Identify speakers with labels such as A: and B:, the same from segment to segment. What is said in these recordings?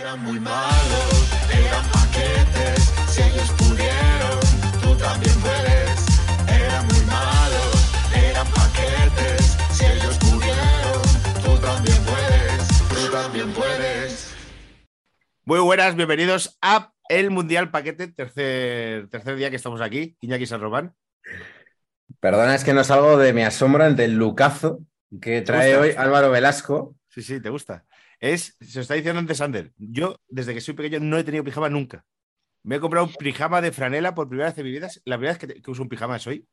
A: eran muy malos, eran paquetes, si ellos pudieron, tú también puedes. Eran muy malos, eran paquetes, si ellos pudieron, tú también puedes, tú también puedes.
B: Muy buenas, bienvenidos a el Mundial Paquete, tercer, tercer día que estamos aquí, Iñaki San Román.
C: Perdona, es que no salgo de mi asombro ante el lucazo que trae
B: gusta?
C: hoy Álvaro Velasco.
B: Sí, sí, te gusta. Es, se lo está diciendo antes Ander, yo desde que soy pequeño no he tenido pijama nunca. Me he comprado un pijama de franela por primera vez en mi vida. La primera vez que, te- que uso un pijama es hoy.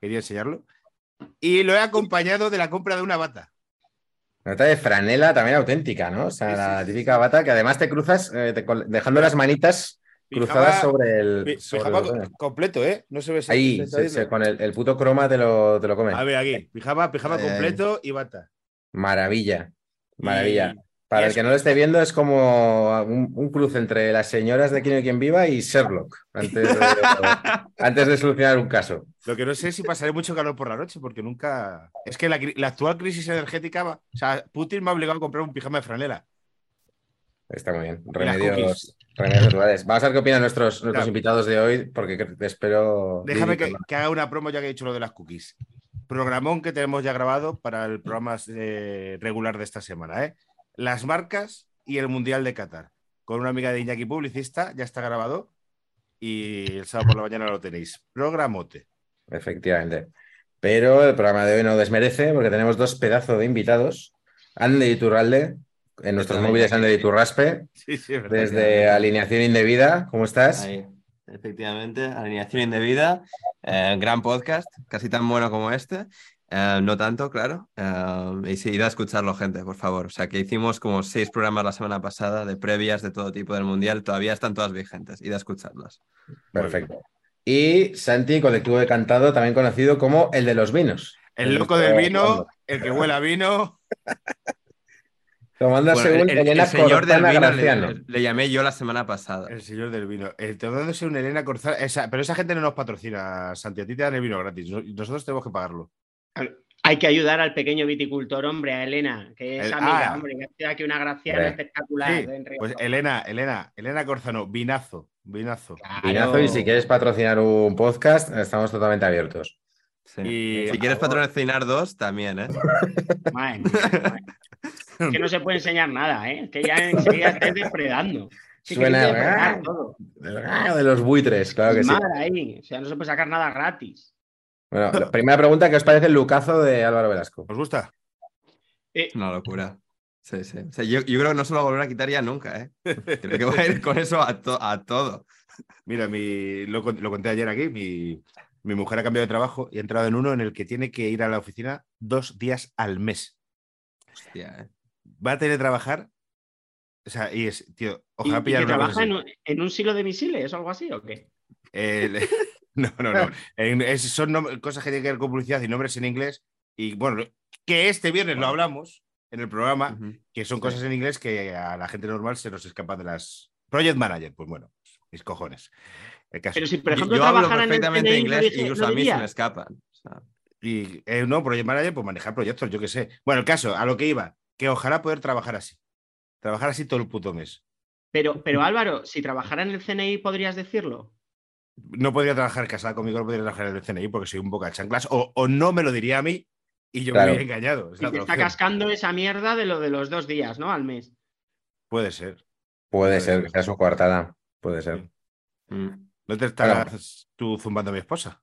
B: Quería enseñarlo. Y lo he acompañado de la compra de una bata.
C: Nota de franela también auténtica, ¿no? O sea,
B: Sí, sí,
C: la
B: sí,
C: típica bata que además te cruzas eh, te col- dejando las manitas cruzadas
B: Pijama-
C: sobre
B: pi-
C: el. sobre
B: pijama
C: el-
B: co- completo, ¿eh? No se ve si-
C: Ahí,
B: se está
C: se-
B: viendo.
C: se- con el, el puto croma te lo, te lo comes.
B: A ver, aquí. Pijama, pijama
C: Ay, ay, ay.
B: completo y bata.
C: Maravilla, maravilla.
B: Y-
C: Para
B: y
C: el
B: es-
C: que no lo esté viendo, es como un, un cruce entre las señoras de Quién y Quien Viva y Sherlock, antes de, antes de solucionar un caso.
B: Lo que no sé es si pasaré mucho calor por la noche, porque nunca. Es que la, cri- la actual crisis energética. va- O sea, Putin me ha obligado a comprar un pijama de franela.
C: Está muy bien.
B: Y las
C: Remedios,
B: cookies.
C: remedios naturales. Vamos a ver qué opinan nuestros, nuestros
B: Claro.
C: invitados de hoy, porque cre- te espero.
B: Déjame
C: Lili,
B: que, que haga una promo ya que he dicho lo de las cookies. Programón que tenemos ya grabado para el programa eh, regular de esta semana. ¿eh? Las marcas y el Mundial de Qatar. Con una amiga de Iñaki Publicista, ya está grabado. Y el sábado por la mañana lo tenéis. Programote.
C: Efectivamente. Pero el programa de hoy no desmerece, porque tenemos dos pedazos de invitados. Ander Iturralde, en nuestros
D: Totalmente.
C: móviles Ander Iturraspe,
B: Sí, sí, es verdad.
C: desde Alineación Indebida. ¿Cómo estás?
D: Ahí, efectivamente, alineación indebida, eh, gran podcast, casi tan bueno como este, eh, no tanto, claro, eh, y sí, id a escucharlo, gente, por favor. O sea, que hicimos como seis programas la semana pasada de previas de todo tipo del Mundial, todavía están todas vigentes, id a escucharlas.
C: Perfecto. Y Santi, colectivo de cantado, también conocido como el de los vinos.
B: El loco del vino, el que huela a vino.
C: Tomando
D: Bueno,
C: según
D: el, el-
C: Elena
D: el señor del
C: Cortana
D: vino
C: Graciano. Eh,
D: le, le llamé yo la semana pasada.
B: El señor del vino. El tomándose un Elena Corzal. esa- pero esa gente no nos patrocina, Santi. A ti te dan el vino gratis. no- Nosotros tenemos que pagarlo.
E: Hay que ayudar al pequeño viticultor, hombre, a Elena, que es
B: El-
E: amiga,
B: ah.
E: hombre, que ha sido aquí una gracia
C: Hombre.
E: espectacular.
B: Sí,
E: de entrega.
B: Pues Elena, Elena, Elena Corzano, vinazo, vinazo.
E: Claro.
C: Vinazo, y si quieres patrocinar un podcast, estamos totalmente abiertos.
D: Sí.
B: Y-
D: si quieres patrocinar dos, también, ¿eh?
E: Madre mía, madre mía. Que no se puede enseñar nada, ¿eh? Que ya enseguida estáis depredando. Sí, que
C: Suena
E: hay que depredar
C: raro.
E: todo.
C: Ah, De los buitres, claro que sí.
E: Mal ahí. O sea, no se puede sacar nada gratis.
C: Bueno, la primera pregunta, ¿qué os parece el lucazo de Álvaro Velasco?
B: ¿Os gusta?
D: Es Una locura. Sí, sí. O sea, yo, yo creo que no se lo volverá a quitar ya nunca, ¿eh? Creo que va a ir con eso a, to- a todo.
B: Mira, mi, lo, con- lo conté ayer aquí. Mi, mi mujer ha cambiado de trabajo y ha entrado en uno en el que tiene que ir a la oficina dos días al mes.
D: Hostia, ¿eh?
B: Va a teletrabajar. O sea, y es, tío,
E: ¿Y,
B: ojalá
E: y
B: pillar
E: que
B: una cosa
E: trabaja
B: así.
E: en un, en un silo de misiles o algo así o qué?
B: El- no, no,
E: Ah.
B: no. En- es- son nom- cosas que tienen que ver con publicidad y nombres en inglés. Y bueno, que este viernes lo hablamos en el
C: Ah,
B: programa,
D: Ujú.
B: que son
D: Sí.
B: cosas en inglés que a la gente normal se nos escapa de las. Project Manager, pues bueno, mis cojones. El caso.
E: Pero si, por
D: Yo-
E: ejemplo,
D: yo hablo
E: trabajaran en
D: perfectamente
E: CNI, ¿lo
D: inglés,
E: dije-
D: incluso
E: lo
D: a mí se
E: diría?
D: me escapan. O sea,
B: Y eh, no, Project Manager, pues manejar proyectos, yo qué sé. Bueno, el caso, a lo que iba, que ojalá poder trabajar así. Trabajar así todo el puto mes.
E: Pero, pero Álvaro, si trabajara en el CNI, ¿podrías decirlo?
B: No podría trabajar casada conmigo, no podría trabajar en el CNI porque soy un boca chanclas, o, o no me lo diría a mí y yo
C: Claro.
B: me hubiera engañado. Es
E: Y
B: la
E: te
B: otra
E: está
B: opción.
E: cascando esa mierda de lo de los dos días, ¿no? Al mes.
B: Puede ser.
C: Puede
B: Puede
C: ser
B: ser.
C: que sea su coartada, puede ser.
D: mm.
B: No te estás tú zumbando a mi esposa.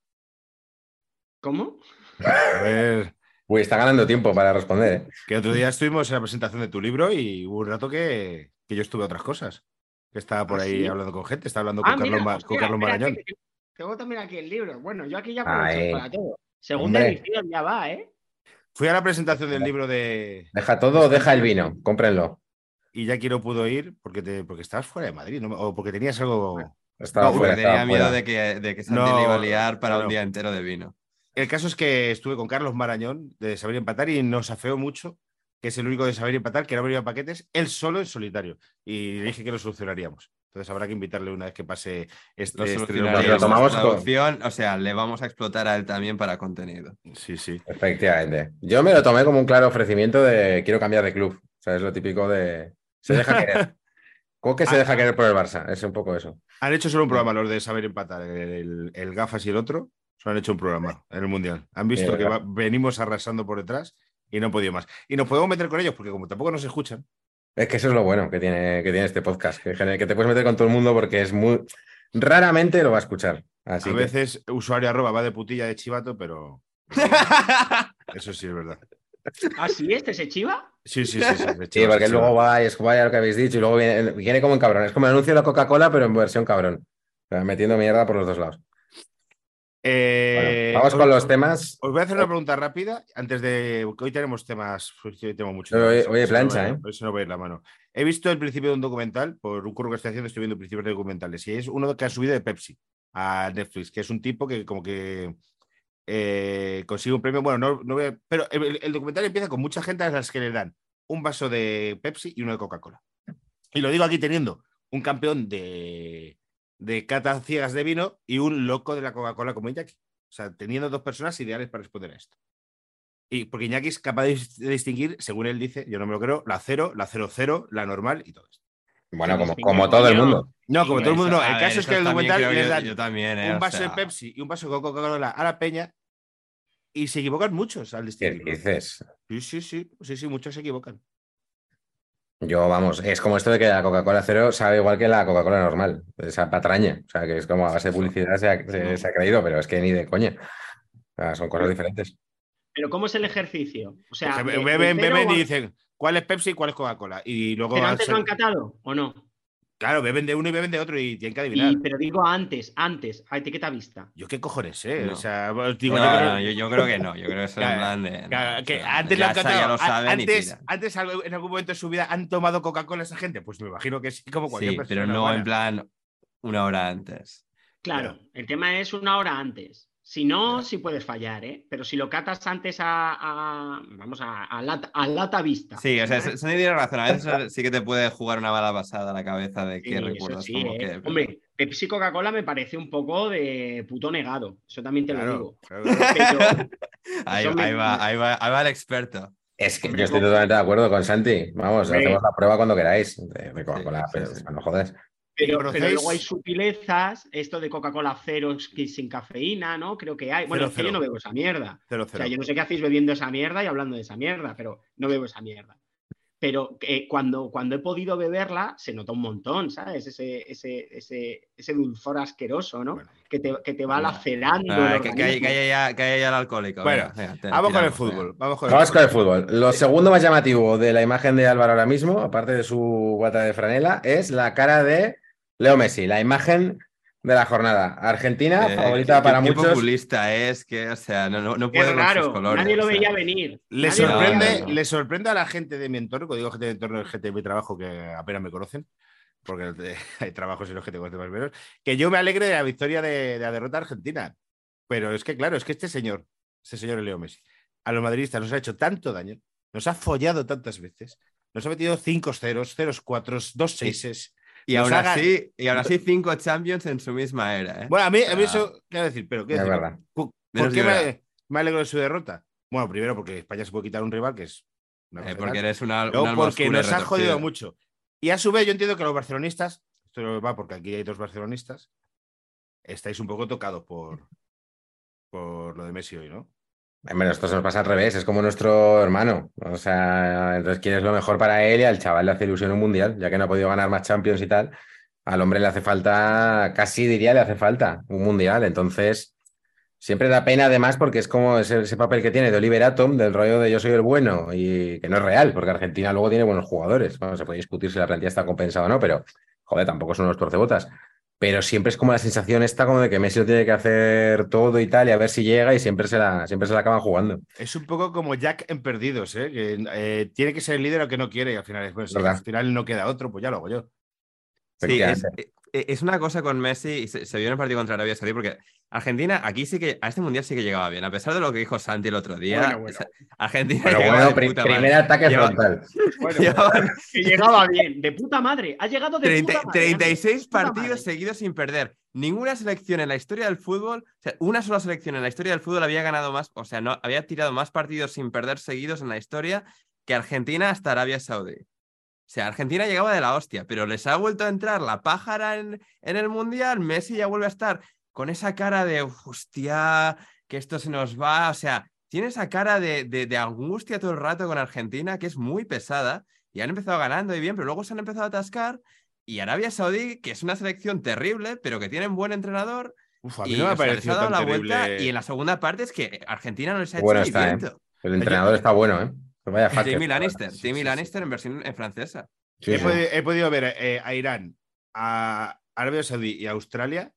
E: ¿Cómo?
B: A ver,
C: Uy, está ganando tiempo para responder. ¿eh?
B: que otro día estuvimos en la presentación de tu libro y hubo un rato que, que yo estuve a otras cosas. Que estaba por
E: ¿Ah,
B: ahí
E: sí?
B: hablando con gente, estaba hablando con,
E: Ah,
B: Carlos,
E: mira,
B: Ma-
E: hostia,
B: con Carlos
E: espérate,
B: Marañón.
E: que Tengo también aquí el libro. Bueno, yo aquí ya aprovecho
C: Ay,
E: para todo. Segunda
C: hombre.
E: edición ya va, ¿eh?
B: Fui a la presentación del libro de.
C: Deja todo, deja el vino, cómprenlo.
B: Y ya quiero pudo ir porque, te, porque estabas fuera de Madrid ¿no? o porque tenías
E: Ah.
B: algo.
C: Estaba
D: Uy,
C: fuera,
D: tenía
C: estaba
D: miedo
C: fuera.
D: de que, de que Santi
B: No,
D: le iba a liar para
B: claro.
D: un día entero de vino.
B: El caso es que estuve con Carlos Marañón de Saber Empatar y nos afeó mucho, que es el único de Saber Empatar que no abrió paquetes, él solo en solitario. Y le dije que lo solucionaríamos. Entonces habrá que invitarle una vez que pase este.
D: Lo
B: este
D: solucionaremos.
C: lo tomamos con-
D: Traducción, O sea, le vamos a explotar a él también para contenido.
B: Sí, sí.
C: Efectivamente. Yo me lo tomé como un claro ofrecimiento de quiero cambiar de club. O sea, es lo típico de. Se deja querer. Como que se
B: Ah.
C: deja querer por el Barça, es un poco eso.
B: Han hecho solo un programa los de saber empatar, el, el Gafas y el otro. Solo han hecho un programa en el Mundial. Han visto
C: Mira.
B: que va- venimos arrasando por detrás y no han podido más. Y nos podemos meter con ellos porque como tampoco nos escuchan,
C: Es que eso es lo bueno que tiene, que tiene este podcast, que, en general- que te puedes meter con todo el mundo porque es muy. Raramente lo va a escuchar. Así
B: a
C: que-
B: veces usuario arroba va de putilla de chivato, pero eso sí es verdad.
E: ¿Ah, sí? ¿Este se chiva?
B: Sí, sí, sí. sí, es
C: Sí,
B: chivato,
C: porque
B: es
C: luego
B: chivato.
C: va y es vaya lo que habéis dicho y luego viene, viene como un cabrón. Es como el anuncio de la Coca-Cola, pero en versión cabrón. O sea, Metiendo mierda por los dos lados. Bueno,
B: Eh,
C: vamos
B: os-
C: con los temas.
B: Os voy a hacer una pregunta rápida antes de. Hoy tenemos temas. pues Hoy tengo mucho.
C: Pero hoy-
B: Eso
C: hoy hay
B: no va a ir-
C: plancha, ¿eh?
B: Eso no va a ir la mano. He visto el principio de un documental, por un curro que estoy haciendo, estoy viendo principios de documentales. Y es uno que ha subido de Pepsi a Netflix, que es un tipo que, como que. eh, consigue un premio. Bueno, no, no voy a- Pero el, el documental empieza con mucha gente a las que le dan un vaso de Pepsi y uno de Coca-Cola. Y lo digo aquí teniendo un campeón de, de catas ciegas de vino y un loco de la Coca-Cola como Iñaki. O sea, teniendo dos personas ideales para responder a esto. Y porque Iñaki es capaz de dis- de distinguir, según él dice, yo no me lo creo, la cero, la cero cero, la normal y todo esto.
C: Bueno, como,
E: Sí,
C: como
E: coño.
C: todo el mundo.
B: No, como todo el mundo, no. El
D: A
B: caso
D: ver,
B: es que
D: eso
B: el
D: también
B: documental
D: creo
B: les
D: yo-
B: dan
D: yo también, ¿eh?
B: un
D: O
B: vaso de
D: sea,
B: Pepsi y un vaso de Coca-Cola a la peña y se equivocan muchos al
C: ¿Qué
B: distinguirlo.
C: dices?
B: Sí, sí, sí, sí, sí, muchos se equivocan.
C: Yo, vamos, es como esto de que la Coca-Cola cero sabe igual que la Coca-Cola normal. Esa patraña. O sea, que es como a base de publicidad se ha, se- se ha creído, pero es que ni de coña. O sea, son cosas diferentes.
E: ¿Pero cómo es el ejercicio? O sea,
B: Porque
E: de- de
B: beben,
E: cero
B: beben
E: a-
B: y dicen, ¿cuál es Pepsi y cuál es Coca-Cola? Y luego,
E: ¿Pero
B: al
E: antes
B: ser-
E: lo han catado o no?
B: claro, beben de uno y beben de otro y tienen que adivinar.
E: Y- pero digo antes, antes, a etiqueta vista.
B: Yo qué cojones, ¿eh?
D: No.
B: O sea, digo,
D: no,
B: yo
D: no,
B: creo-
D: no, yo, yo creo que no. Yo creo que eso es
B: Claro,
D: en plan de. no,
B: Claro,
D: o
B: que
D: sea,
B: antes lo
D: ya
B: han
D: sa-
B: catado.
D: Ya lo
B: A-
D: saben y
B: antes,
D: tiran.
B: antes algo- en algún momento de su vida han tomado Coca-Cola esa gente. Pues me imagino que sí, como cualquier
D: Sí,
B: persona.
D: pero no
B: buena.
D: en plan una hora antes.
E: Claro, el tema es una hora antes. Si no, sí puedes fallar, ¿eh? Pero si lo catas antes a, a- vamos, a, a lata, a lata vista.
D: Sí, o sea,
E: ¿vale?
D: Sony tiene razón. A veces sí que te puede jugar una bala pasada a la cabeza de
E: Sí,
D: qué
E: eso
D: recuerdas
E: sí,
D: como
E: ¿eh?
D: que.
E: Hombre, Pepsi y Coca-Cola me parece un poco de puto negado. Eso también te lo
B: Claro,
E: digo.
B: claro, claro.
E: Pero
D: ahí,
E: eso me-
D: ahí va, ahí, va, ahí va el experto.
C: Es que
E: Hombre,
C: yo estoy
E: Coca-
C: totalmente de acuerdo con Santi. Vamos,
E: Hombre.
C: hacemos la prueba cuando queráis de, de Coca-Cola,
D: Sí, sí,
C: pero
D: sí.
C: no jodas.
E: Pero,
B: ¿Y
E: pero
B: conocéis?
E: luego hay sutilezas, esto de Coca-Cola cero es que sin cafeína, ¿no? Creo que hay.
B: Cero,
E: Bueno, es que yo
B: cero.
E: no bebo esa mierda.
B: Cero,
E: O
B: cero.
E: sea, yo no sé qué hacéis bebiendo esa mierda y hablando de esa mierda, pero no bebo esa mierda. Pero eh, cuando, cuando he podido beberla, se nota un montón, ¿sabes? Ese, ese, ese, ese dulzor asqueroso, ¿no?
B: Bueno.
E: Que, te, que te va
D: Bueno.
E: lacerando. el
D: Ah, que, que haya-
E: organismo.
D: que haya ya, que haya ya el alcohólico.
B: Bueno,
D: venga, te-
B: Vamos con el
D: tiramos,
B: fútbol. Vamos con el
C: Vamos con el
B: fútbol.
C: fútbol. Lo segundo más llamativo de la imagen de Álvaro ahora mismo, aparte de su bata de franela, es la cara de Leo Messi, la imagen de la jornada. Argentina,
D: venga. Eh,
C: favorita
D: qué-
C: para
D: qué
C: muchos.
D: populista es que, o sea, no, no, no puede
E: Es
D: con sus
E: raro,
D: colores,
E: nadie lo
D: o sea.
E: veía venir.
B: ¿Le
E: Nadie lo
B: sorprende,
E: veía venir.
B: le sorprende a la gente de mi entorno, cuando digo gente de mi entorno, es gente de mi trabajo que apenas me conocen, porque eh, hay trabajos en los que te conocen más o menos, que yo me alegre de la victoria de, de la derrota argentina. Pero es que, claro, es que este señor, este señor Leo Messi, a los madridistas nos ha hecho tanto daño, nos ha follado tantas veces, nos ha metido 5 ceros, 0 4s, 2 6
D: Y
B: Nos
D: aún,
B: haga-
D: así, y aún así, cinco champions en su misma era. ¿eh?
B: Bueno, a mí, a mí
D: Ah.
B: eso, quiero decir, pero
C: Es
B: quiero decir,
C: verdad.
B: ¿Cu- ¿Por
D: Menos
B: qué
D: liberal.
B: me, me alegro de su derrota? Bueno, primero porque España se puede quitar un rival que es una
D: Eh,
B: cosa
D: porque
B: tal.
D: eres una.
B: Luego
D: una alma
B: pues porque
D: oscura y
B: nos ha
D: retorcida.
B: jodido mucho. Y a su vez yo entiendo que los barcelonistas, esto va porque aquí hay dos barcelonistas, estáis un poco tocados por, por lo de Messi hoy, ¿no?
C: Bueno, esto se nos pasa al revés, es como nuestro hermano. O sea, entonces quieres lo mejor para él y al chaval le hace ilusión un mundial, ya que no ha podido ganar más Champions y tal. Al hombre le hace falta, casi diría le hace falta un mundial. Entonces, siempre da pena además porque es como ese, ese papel que tiene de Oliver Atom, del rollo de yo soy el bueno y que no es real, porque Argentina luego tiene buenos jugadores. Bueno, se puede discutir si la plantilla está compensada o no, pero joder, tampoco son unos torcebotas. Pero siempre es como la sensación esta como de que Messi lo tiene que hacer todo y tal y a ver si llega y siempre se la, siempre se la acaban jugando.
B: Es un poco como Jack en Perdidos, ¿eh? que eh, tiene que ser el líder aunque no quiere y al final, es, bueno, si
C: ¿Verdad?
B: al final no queda otro, pues ya lo hago yo.
D: Sí, es,
C: Efectivamente.
D: e- es una cosa con Messi, y se, se vio en el partido contra Arabia Saudí, porque Argentina aquí sí que, a este mundial sí que llegaba bien, a pesar de lo que dijo Santi el otro día.
E: Bueno, bueno.
D: o sea, Argentina
C: Pero
D: llegaba
C: bueno,
D: de
C: pri-
D: puta madre.
C: primer ataque
D: Lleva-
C: frontal.
E: Bueno,
D: Llevaban
E: que llegaba bien, de puta madre. Ha llegado de
D: 30
E: puta madre.
D: 36
E: de puta
D: partidos
E: madre.
D: seguidos sin perder. Ninguna selección en la historia del fútbol, o sea, una sola selección en la historia del fútbol había ganado más, o sea, no había tirado más partidos sin perder seguidos en la historia que Argentina hasta Arabia Saudí. O sea, Argentina llegaba de la hostia, pero les ha vuelto a entrar la pájara en, en el Mundial. Messi ya vuelve a estar con esa cara de hostia, que esto se nos va. O sea, tiene esa cara de, de, de angustia todo el rato con Argentina, que es muy pesada. Y han empezado ganando y bien, pero luego se han empezado a atascar. Y Arabia Saudí, que es una selección terrible, pero que tienen buen entrenador.
B: Uf, Pues a mí
D: Y,
B: no me
D: o
B: ha
D: sea, les
B: parecido
D: ha dado
B: tan
D: la
B: terrible.
D: vuelta. Y en la segunda parte es que Argentina no les ha hecho
C: Bueno
D: ni
C: está, ¿eh?
D: viento.
C: El entrenador está bueno, ¿eh? Pues vaya fácil.
D: Timmy Lannister,
C: Sí,
D: Timmy
C: sí, sí.
D: Lannister en versión en francesa.
C: Sí,
B: he,
C: sí.
B: podi- he podido ver eh, a Irán, a Arabia Saudí y a Australia.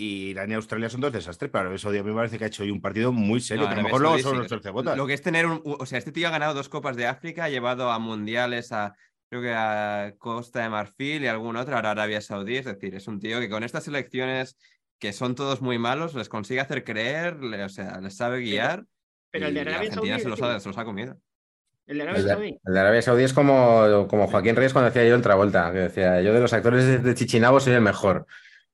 B: Y Irán y Australia son dos desastres, pero Arabia Saudí a mí me parece que ha hecho hoy un partido muy serio.
D: No,
B: que a lo
D: Arabia
B: mejor luego
D: Saudí
B: son
D: sí
B: los
D: que-
B: 13 botas.
D: Lo que es tener un. O sea, este tío ha ganado dos copas de África, ha llevado a mundiales, a creo que a Costa de Marfil y algún otro, ahora Arabia Saudí. Es decir, es un tío que con estas selecciones que son todos muy malos, les consigue hacer creer, le- o sea, les sabe guiar.
E: Pero el de
D: y
E: Arabia Saudí.
D: Argentina se los, ha,
E: decimos,
D: se los ha comido.
E: El de Arabia
C: El de,
E: Saudí.
C: el de Arabia Saudí es como, como Joaquín Reyes cuando hacía yo en Travolta, que decía, yo de los actores de- de Chichinabo soy el mejor.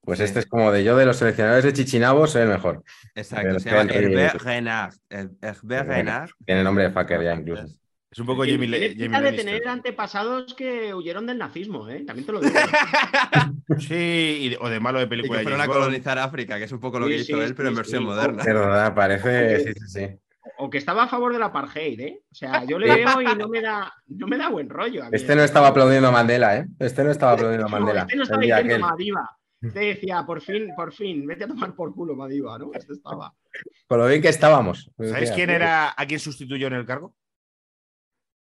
C: Pues
D: Sí.
C: este es como de yo de los seleccionadores de Chichinabo soy el mejor.
D: Exacto.
C: Pero
D: Se llama
C: está el-
D: Herbert Renard. Her- Herbert Renard.
C: Tiene nombre de fucker ya incluso.
B: Es un poco
E: Tiene-
B: Jimmy, Le-
E: tiene
B: Jimmy
E: pinta de
B: Lannister.
E: tener antepasados que huyeron del nazismo, ¿eh? También te lo digo.
B: Sí, y de- o de malo de
D: Y
B: película. de
D: que fueron a
B: James Bond.
D: colonizar África, que es un poco lo
E: Sí,
D: que hizo
E: sí,
D: él, pero en
E: sí,
D: versión
E: sí.
D: moderna.
C: Es verdad, parece. Sí, sí, sí.
E: O que estaba a favor del apartheid, ¿eh? O sea, yo le veo y no me da, no me da buen rollo. a mí. ¿eh?
C: Este no estaba aplaudiendo a Mandela, ¿eh? Este no estaba aplaudiendo a
E: No,
C: Mandela.
E: este no
C: el
E: estaba
C: día
E: diciendo
C: aquel.
E: Madiva. Este decía, por fin, por fin, vete a tomar por culo, Madiva, ¿no? Este estaba.
C: Con lo bien que estábamos.
B: ¿Sabéis
C: Decía,
B: quién era a quién sustituyó en el cargo?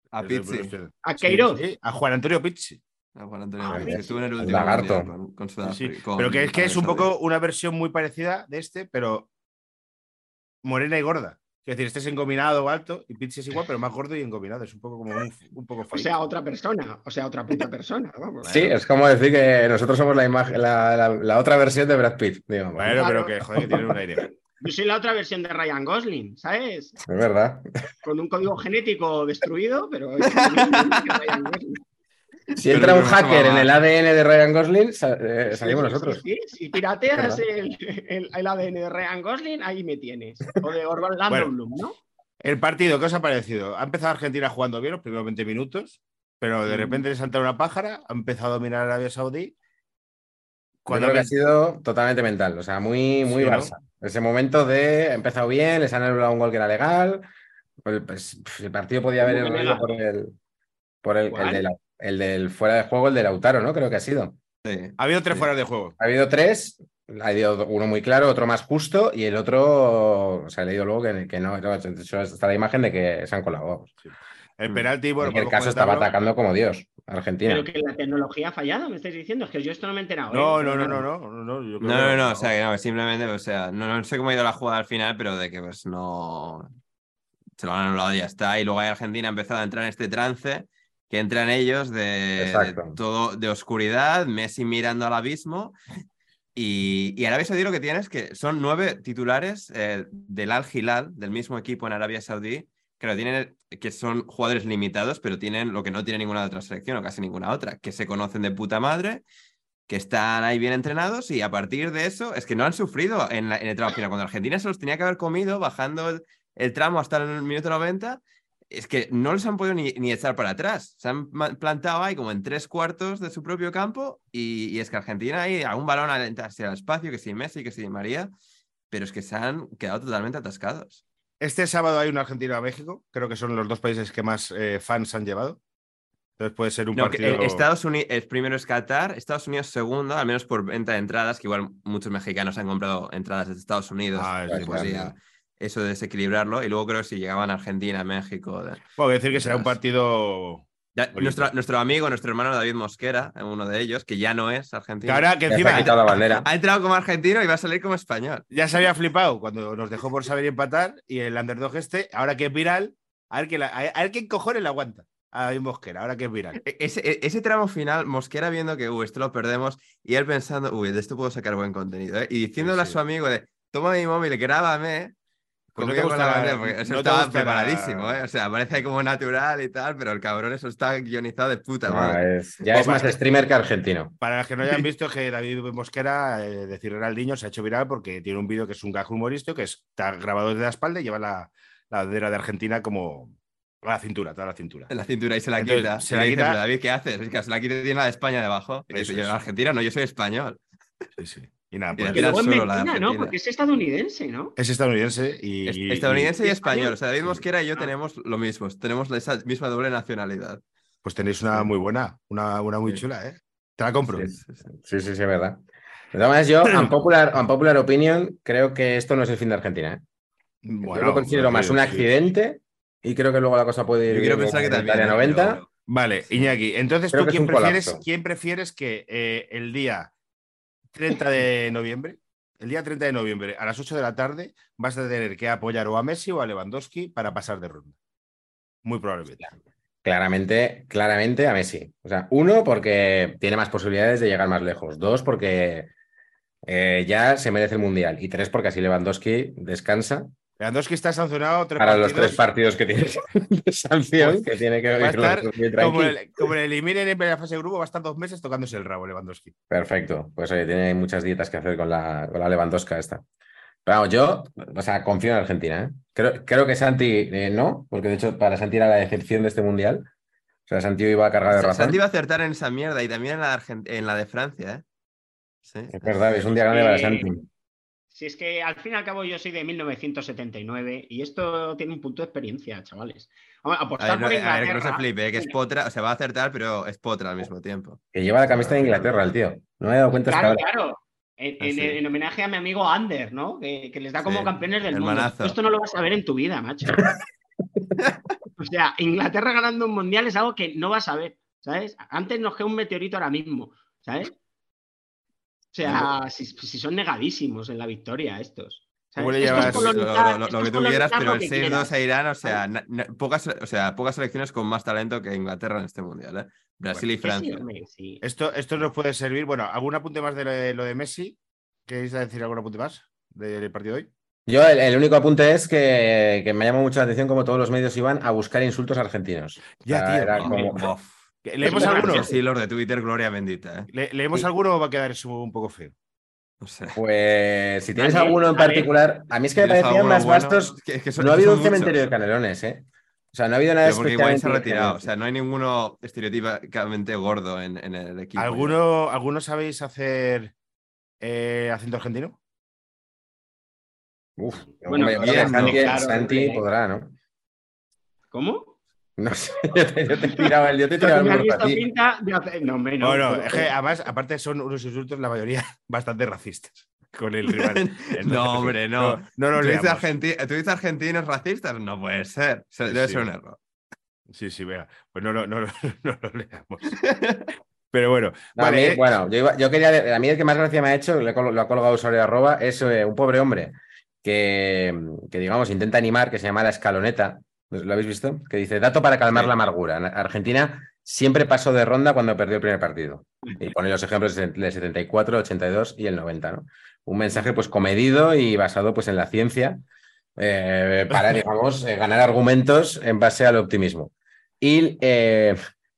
B: Eh,
D: A Pizzi.
E: A
B: Sí,
E: Queiroz.
B: sí, a Juan Antonio Pizzi.
D: Ah, Juan Antonio
E: Ah,
D: Pizzi,
E: mira,
D: que estuvo en el
C: el
D: último
C: lagarto.
D: mundial con, con Sudáfrica.
B: Sí,
D: con
B: pero que es que
D: Arabia
B: es un
D: Saudí.
B: poco una versión muy parecida de este, pero morena y gorda. Es decir, este es engominado alto y Pizzi es igual, pero más gordo y engominado. Es un poco como un, un poco
E: O
B: fake.
E: sea, otra persona. O sea, otra puta persona. Pues Vamos.
C: Sí, es como decir que nosotros somos la, imagen, la, la- la otra versión de Brad Pitt, digamos.
B: bueno, pero
E: claro.
B: que joder, que tienen un aire.
E: Yo soy la otra versión de Ryan Gosling, ¿sabes?
C: Es verdad.
E: Con un código genético destruido, pero. es Ryan Gosling.
C: Si entra
D: Pero
C: un
D: no se va
C: hacker en
D: mal.
C: el ADN de Ryan Gosling, sa- eh, salimos nosotros.
E: Sí, sí, si pirateas el, el- el ADN de Ryan Gosling, ahí me tienes. O de Orban Landon ¿no?
B: El partido, ¿qué os ha parecido? Ha empezado Argentina jugando bien los primeros 20 minutos, pero de
D: Mm.
B: repente le salta una pájara, ha empezado a dominar Arabia Saudí.
C: Cuando
B: Cuando
C: ha sido totalmente mental, o sea, muy, muy
B: Sí, ¿no?
C: Barça. Ese momento de ha empezado bien, les han anulado un gol que era legal. Pues, pues, pf, el partido podía haber
E: ¿Cómo que
C: ido
E: legal?
C: por el, por el, el
E: ¿Cuál?
C: de la- el del fuera de juego, el de Lautaro, ¿no? Creo que ha sido.
D: Sí.
B: ha habido tres
D: Sí.
B: fueras de juego.
C: Ha habido tres, ha habido uno muy claro, otro más justo y el otro, o sea, he leído luego que, que no, no, está la imagen de que se han colado. vamos.
B: El
D: Mm.
B: penalti, bueno,
C: en el
B: podemos
C: caso estaba
B: comentarlo.
C: atacando como Dios, Argentina.
E: Pero que la tecnología ha fallado, me estáis diciendo. Es que yo esto no me he enterado.
B: No,
E: ¿eh?
B: no, no, no, no, no, no, yo creo
D: No, no,
B: que-
D: no, o sea, que no, simplemente, o sea, no, no sé cómo ha ido la jugada al final, pero de que pues no. Se lo han anulado y ya está. Y luego ahí Argentina ha empezado a entrar en este trance que entran ellos de, de
C: Exacto.
D: todo de oscuridad, Messi mirando al abismo. Y, y Arabia Saudí lo que tiene es que son nueve titulares eh, del Al Hilal, del mismo equipo en Arabia Saudí, que, lo tienen, que son jugadores limitados, pero tienen lo que no tiene ninguna otra selección o casi ninguna otra, que se conocen de puta madre, que están ahí bien entrenados y a partir de eso es que no han sufrido en, la- en el tramo final. Cuando Argentina se los tenía que haber comido bajando el, el tramo hasta el minuto 90, es que no les han podido ni, ni echar para atrás. Se han ma- plantado ahí como en tres cuartos de su propio campo y, y es que Argentina ahí a un balón al- hacia el espacio, que si Messi, que si María, pero es que se han quedado totalmente atascados.
B: Este sábado hay un argentino a México. Creo que son los dos países que más eh, fans han llevado. Entonces puede ser un
D: No, que,
B: partido.
D: eh, Estados Unidos, el primero es Qatar, Estados Unidos segundo, al menos por venta de entradas, que igual muchos mexicanos han comprado entradas desde Estados Unidos.
B: Ah, es
D: pues
B: importante.
D: podría eso desequilibrarlo. Y luego creo que si llegaban a Argentina, México. de-
B: Bueno, voy a decir que será un
D: Verás.
B: partido.
D: Ya-
B: Bonito.
D: nuestro, nuestro amigo, nuestro hermano David Mosquera, eh, uno de ellos, que ya no es argentino.
B: Que ahora que
C: Ya se ha
B: encima
C: quitado la bandera.
D: Ha entrado como argentino y va a salir como español.
B: ya se había flipado cuando nos dejó por saber y empatar. Y el underdog este, ahora que es viral, a ver, que la- a a ver quién cojones la aguanta. A David Mosquera, ahora que es viral.
D: E- Ese, e- ese tramo final, Mosquera viendo que, uy, esto lo perdemos, y él pensando, uy, de esto puedo sacar buen contenido, ¿eh? y diciéndole
B: sí.
D: a su amigo de, toma mi móvil, grábame.
B: Pues no te
D: comiendo con la
B: gustará-
D: bandera, porque, o sea,
B: no te
D: estaba
B: gustará-
D: preparadísimo, ¿eh? O sea, parece ahí como natural y tal, pero el cabrón eso está guionizado de puta
C: No,
D: madre.
C: es- ya es más streamer que argentino.
B: Para los que no hayan visto, es que David Mosquera, eh, decir Ronaldinho, se ha hecho viral porque tiene un vídeo que es un gag humorístico que está grabado desde la espalda y lleva la, la bandera de Argentina como, A la cintura, toda la cintura.
D: En la cintura y se la
B: Entonces,
D: quita.
B: se
D: Y
B: la
D: le dices,
B: quita-
D: "Pero, David, ¿qué haces? Es que se la quita y tiene la de España debajo. Y
B: Eso
D: dice, yo
B: es.
D: Argentina, no, yo soy español.
B: Sí, sí. Y nada,
D: Mira,
B: pues,
E: Que
D: era
E: luego es
D: solo la
E: mentira, ¿no?
D: Argentina.
E: Porque es estadounidense, ¿no?
B: es estadounidense y.
D: Es-
B: y-
D: Estadounidense y,
E: y-
D: español. O sea, David Mosquera y yo
E: Ah.
D: tenemos lo mismo. Tenemos la- esa misma doble nacionalidad.
B: pues tenéis una muy buena, una, una muy
D: Sí.
B: chula, ¿eh? Te la compro.
C: Sí, sí, sí, sí, sí, es verdad. De todas maneras, yo, en popular, opinion, creo que esto no es el fin de Argentina. ¿eh? yo lo considero
B: pues sí,
C: más un
B: sí.
C: accidente y creo que luego la cosa puede ir.
D: Yo quiero
C: bien
D: pensar que
C: en
D: también.
C: Italia
D: ¿eh?
C: 90.
D: Pero bueno.
B: Vale, Iñaki, entonces
C: Creo
B: tú
C: que es
B: quién
C: un
B: prefieres,
C: colapso.
B: quién prefieres que eh, el día 30 de noviembre, el día 30 de noviembre a las 8 de la tarde vas a tener que apoyar o a Messi o a Lewandowski para pasar de ronda. Muy probablemente.
C: Claramente, claramente a Messi. O sea, uno, porque tiene más posibilidades de llegar más lejos. Dos, porque eh, ya se merece el Mundial. Y tres, porque así Lewandowski descansa
B: Lewandowski está sancionado tres
C: para los
B: partidos.
C: tres partidos que tiene de sanción, que tiene que
B: va a
C: verlo
B: estar
C: muy
B: Como,
C: tranquilo.
B: el- como le eliminen en la fase de grupo, va a estar dos meses tocándose el rabo Lewandowski.
C: Perfecto. Pues oye, tiene muchas dietas que hacer con la, con la Lewandowska esta. Pero vamos, yo, o sea, confío en Argentina. ¿eh? Creo, creo que Santi eh, no, porque de hecho para Santi era la decepción de este mundial. O sea, Santi iba cargado de
D: Sa-
C: razón.
D: Santi va a acertar en esa mierda y también en la de, Argen- en la de Francia, ¿eh? Sí.
C: Es verdad, es un día grande para
E: Eh,
C: Santi.
E: Si es que al fin y al cabo yo soy de 1979 y esto tiene un punto de experiencia, chavales. Vamos,
D: A
E: apostar
D: ver, no,
E: por
D: a ver, que no se
E: Inglaterra-
D: flipe, ¿eh? que es
E: Mira,
D: potra, o sea, va a acertar, pero es potra al mismo tiempo.
C: Que lleva la camiseta de Inglaterra el tío. No me he dado cuenta hasta
E: Claro,
C: ahora.
E: claro. En, en-
D: Así.
E: en homenaje a mi amigo Ander, ¿no? Que, que les da como
D: Ah, Sí,
E: campeones del mundo.
D: hermanazo.
E: Tú Esto no lo vas a ver en tu vida, macho. o sea, Inglaterra ganando un mundial es algo que no vas a ver, ¿sabes? Antes nos queda un meteorito ahora mismo, ¿sabes? O sea, si, si son negadísimos en la victoria estos. ¿sabes?
B: Huele
E: Esto
B: ya
E: es
B: a-
D: lo, lo-
E: colonizar-
D: lo- lo
E: esto es
D: que tú quieras,
E: colonizar
D: pero
E: lo
D: el
E: que
D: 6-2
E: quieras.
D: a Irán, o sea, na- na- pocas, o sea, pocas selecciones con más talento que Inglaterra en este mundial, ¿eh? Brasil y
E: Que sí,
D: Francia.
E: hombre, sí.
B: Esto, esto nos puede servir. Bueno, ¿algún apunte más de lo de, lo de Messi? ¿Queréis decir algún apunte más del partido de hoy?
C: Yo, el, el único apunte es que, que me llamó mucho la atención como todos los medios iban a buscar insultos argentinos. Ya, tío.
D: Ah,
C: Era como-
D: bof.
B: ¿Leemos
E: Es una
B: alguno?
E: algunos.
D: Sí, los de Twitter, gloria bendita, ¿eh?
B: ¿Le- ¿Leemos
C: Sí.
B: alguno o va a quedar eso un poco feo?
D: No sé.
C: Pues si tienes
E: Vale,
C: alguno en
E: a ver.
C: particular, a mí es que me
D: ¿Tienes
C: parecían
D: alguno
C: más
D: bueno?
C: vastos
D: Es que- es que son-
C: No ha habido
D: son
C: un
D: muchos.
C: cementerio de canelones, ¿eh? O sea, no ha habido nada
D: Pero porque Higuaín se ha
C: especialmente
D: retirado, o
C: diferente.
D: sea, no hay ninguno estereotípicamente gordo en, en el equipo. ya.
B: ¿Alguno, ¿alguno sabéis hacer eh, acento argentino?
C: Uf,
E: Bueno,
C: hombre, yo creo
D: bien,
C: que Santi,
D: no,
E: claro,
C: Santi
E: hombre.
C: podrá, ¿no?
E: ¿Cómo?
C: No sé, yo te, yo te he tirado el, yo te he tirado el
E: Me has
C: muro a
E: visto
C: ti.
E: pinta de hacer- No, hombre,
B: No,
E: no.
B: no,
E: pero-
B: es que además, aparte son unos insultos, la mayoría bastante racistas con el rival. Entonces,
D: no, hombre, no.
B: No, no
D: ¿Tú
B: los
D: dices,
B: leamos.
D: argenti- tú dices argentinos racistas? No puede ser. O sea,
B: Sí,
D: debe
B: sí.
D: ser un error.
B: Sí, sí, vea. Pues no, lo- no, lo- no los leamos. Pero bueno,
C: No, a
B: vale.
C: mí,
B: eh,
C: bueno, yo, iba- yo quería, a mí el que más gracia me ha hecho, le col- lo ha colgado usuario arroba, es eh, un pobre hombre que, que, digamos, intenta animar, que se llama La Escaloneta, ¿lo habéis visto? Que dice, dato para calmar
D: Sí.
C: la amargura. En Argentina siempre pasó de ronda cuando perdió el primer partido. Y pone los ejemplos del 74, 82 y el 90, ¿no? Un mensaje, pues, comedido y basado, pues, en la ciencia eh, para, digamos, eh, ganar argumentos en base al optimismo. Y eh,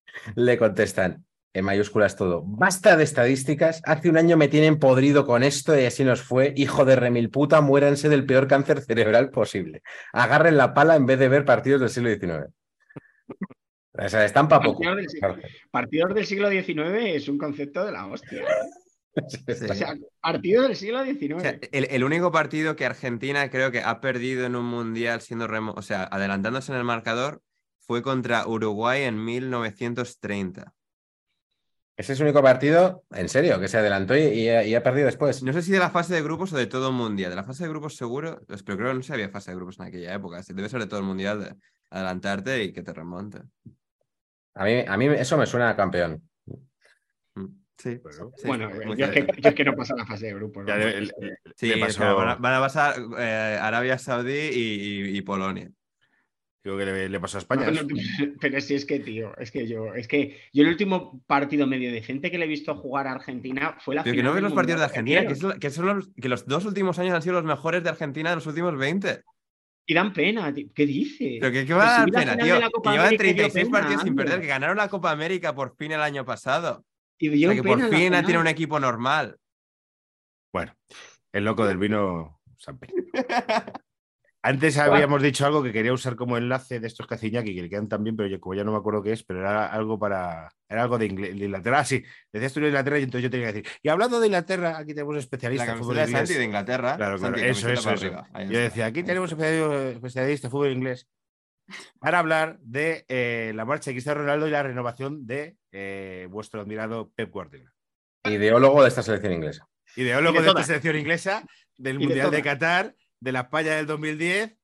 C: le contestan, en mayúsculas todo, basta de estadísticas, hace un año me tienen podrido con esto y así nos fue, hijo de remilputa, muéranse del peor cáncer cerebral posible. Agarren la pala en vez de ver partidos del siglo XIX. O sea, están pa' poco.
E: Partidos del siglo- Partidos del siglo XIX es un concepto de la hostia.
D: Sí.
E: O sea, partidos del siglo XIX.
D: O sea, el, el único partido que Argentina creo que ha perdido en un mundial siendo remo, o sea, adelantándose en el marcador, fue contra Uruguay en 1930.
C: Ese es el único partido, en serio, que se adelantó y, y ha, y ha perdido después.
D: No sé si de la fase de grupos o de todo el mundial. De la fase de grupos seguro, pues, pero creo que no se había fase de grupos en aquella época. así que Debe ser de todo el mundial de adelantarte y que te remonte.
C: A mí, a mí eso me suena a campeón.
D: Mm, Sí.
B: bueno,
D: sí,
E: bueno,
D: muy
E: yo es, que,
D: cerca.
E: yo es que no pasa la fase de grupos.
B: ya
E: vamos.
B: le- le-
D: Sí,
B: le
D: o
B: pasó-
D: sea, van, a, van a pasar eh, Arabia Saudí y, y- y Polonia.
B: creo que le, le pasó a España.
E: No, no, pero sí es que, tío, es que yo, es que yo el último partido medio decente que le he visto jugar a Argentina fue la
D: Pero
E: final.
D: que no ves
E: del
D: los partidos de
E: Mundial
D: Argentina, que,
E: perdieron.
D: es lo- que son los, que los dos últimos años han sido los mejores de Argentina de los últimos 20.
E: Y dan pena, tío. ¿Qué dices?
D: Pero que, que
E: Pues
D: va a dar
E: si vi la
D: pena,
E: final
D: tío.
E: de la Copa
D: Que llevan
E: América y dio
D: 36
E: pena,
D: partidos sin
E: Ander.
D: perder, que ganaron la Copa América por fin el año pasado.
E: Y
D: O
E: dio
D: sea, que por
E: pena la
D: fin
E: final.
D: tiene un equipo normal.
B: Bueno, el loco del vino San Pedro. Antes habíamos dicho algo que quería usar como enlace de estos caciñaki, que le quedan también, pero yo como ya no me acuerdo qué es, pero era algo para. Era algo de, Ingle- de Inglaterra. Ah, sí, decías tú de Inglaterra y entonces yo tenía que decir. Y hablando de Inglaterra, aquí tenemos
D: La
B: especialistas en fútbol
D: camiseta de
B: inglés.
D: Santi de Inglaterra.
B: Claro, claro,
D: Santi,
B: eso,
D: camiseta
B: eso,
D: para
B: eso.
D: arriba. Ahí
B: Yo
D: está.
B: decía, aquí tenemos especialistas especialista en fútbol inglés para hablar de eh, la marcha de Cristiano Ronaldo y la renovación de eh, vuestro admirado Pep Guardiola.
C: Ideólogo de esta selección inglesa.
B: Ideólogo
E: Y de
B: de, esta
E: todas.
B: selección inglesa, del
E: Y de
B: Mundial de,
E: todas.
B: Qatar, de la Palla del 2010,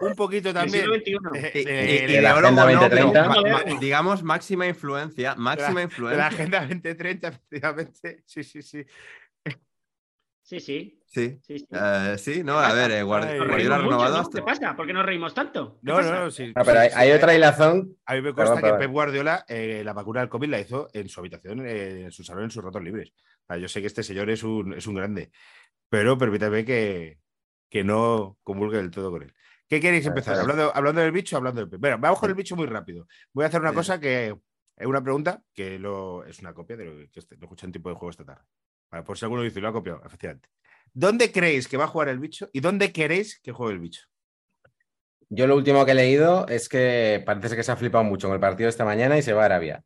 B: un poquito
E: Del
B: también. Eh,
E: siglo XXI.
B: de-
D: Y- y-
B: de-
D: y-
C: la
D: ideólogo
C: Agenda
D: no, pero
C: 2030.
D: ma- ma- digamos máxima influencia, máxima
B: de la
D: influencia.
B: Agenda 2030, efectivamente. Sí, sí, sí.
E: Sí, sí.
D: Sí,
E: sí, sí.
D: Eh, sí, no, a ver, eh, Guardi-
B: Ay,
E: Nos
D: Guardiola ha
E: reímos mucho,
D: renovado este-
E: ¿no?
D: hasta-
E: ¿Qué pasa? ¿Por qué nos reímos tanto? ¿Qué
B: No,
E: pasa?
B: no, no, sí.
C: No, pero hay,
B: sí,
C: hay
B: sí.
C: otra hilazón.
B: A mí me consta
C: Perdón, perdón.
B: que Pep Guardiola eh, la vacuna del COVID la hizo en su habitación, eh, en su salón, en sus ratos libres. O sea, yo sé que este señor es un, es un grande, pero permítame que, que no convulgue del todo con él. ¿Qué queréis
C: Vale,
B: empezar?
C: vale.
B: ¿Hablando, hablando del bicho o hablando del Pep? Bueno, vamos con el bicho muy rápido. Voy a hacer una
D: Sí.
B: cosa que es una pregunta que lo, es una copia de lo que este- lo escuché en tipo de juego esta tarde. Vale, por si alguno dice, lo ha copiado, efectivamente. ¿Dónde creéis que va a jugar el bicho y dónde queréis que juegue el bicho?
C: Yo lo último que he leído es que parece que se ha flipado mucho con el partido de esta mañana y se va a Arabia.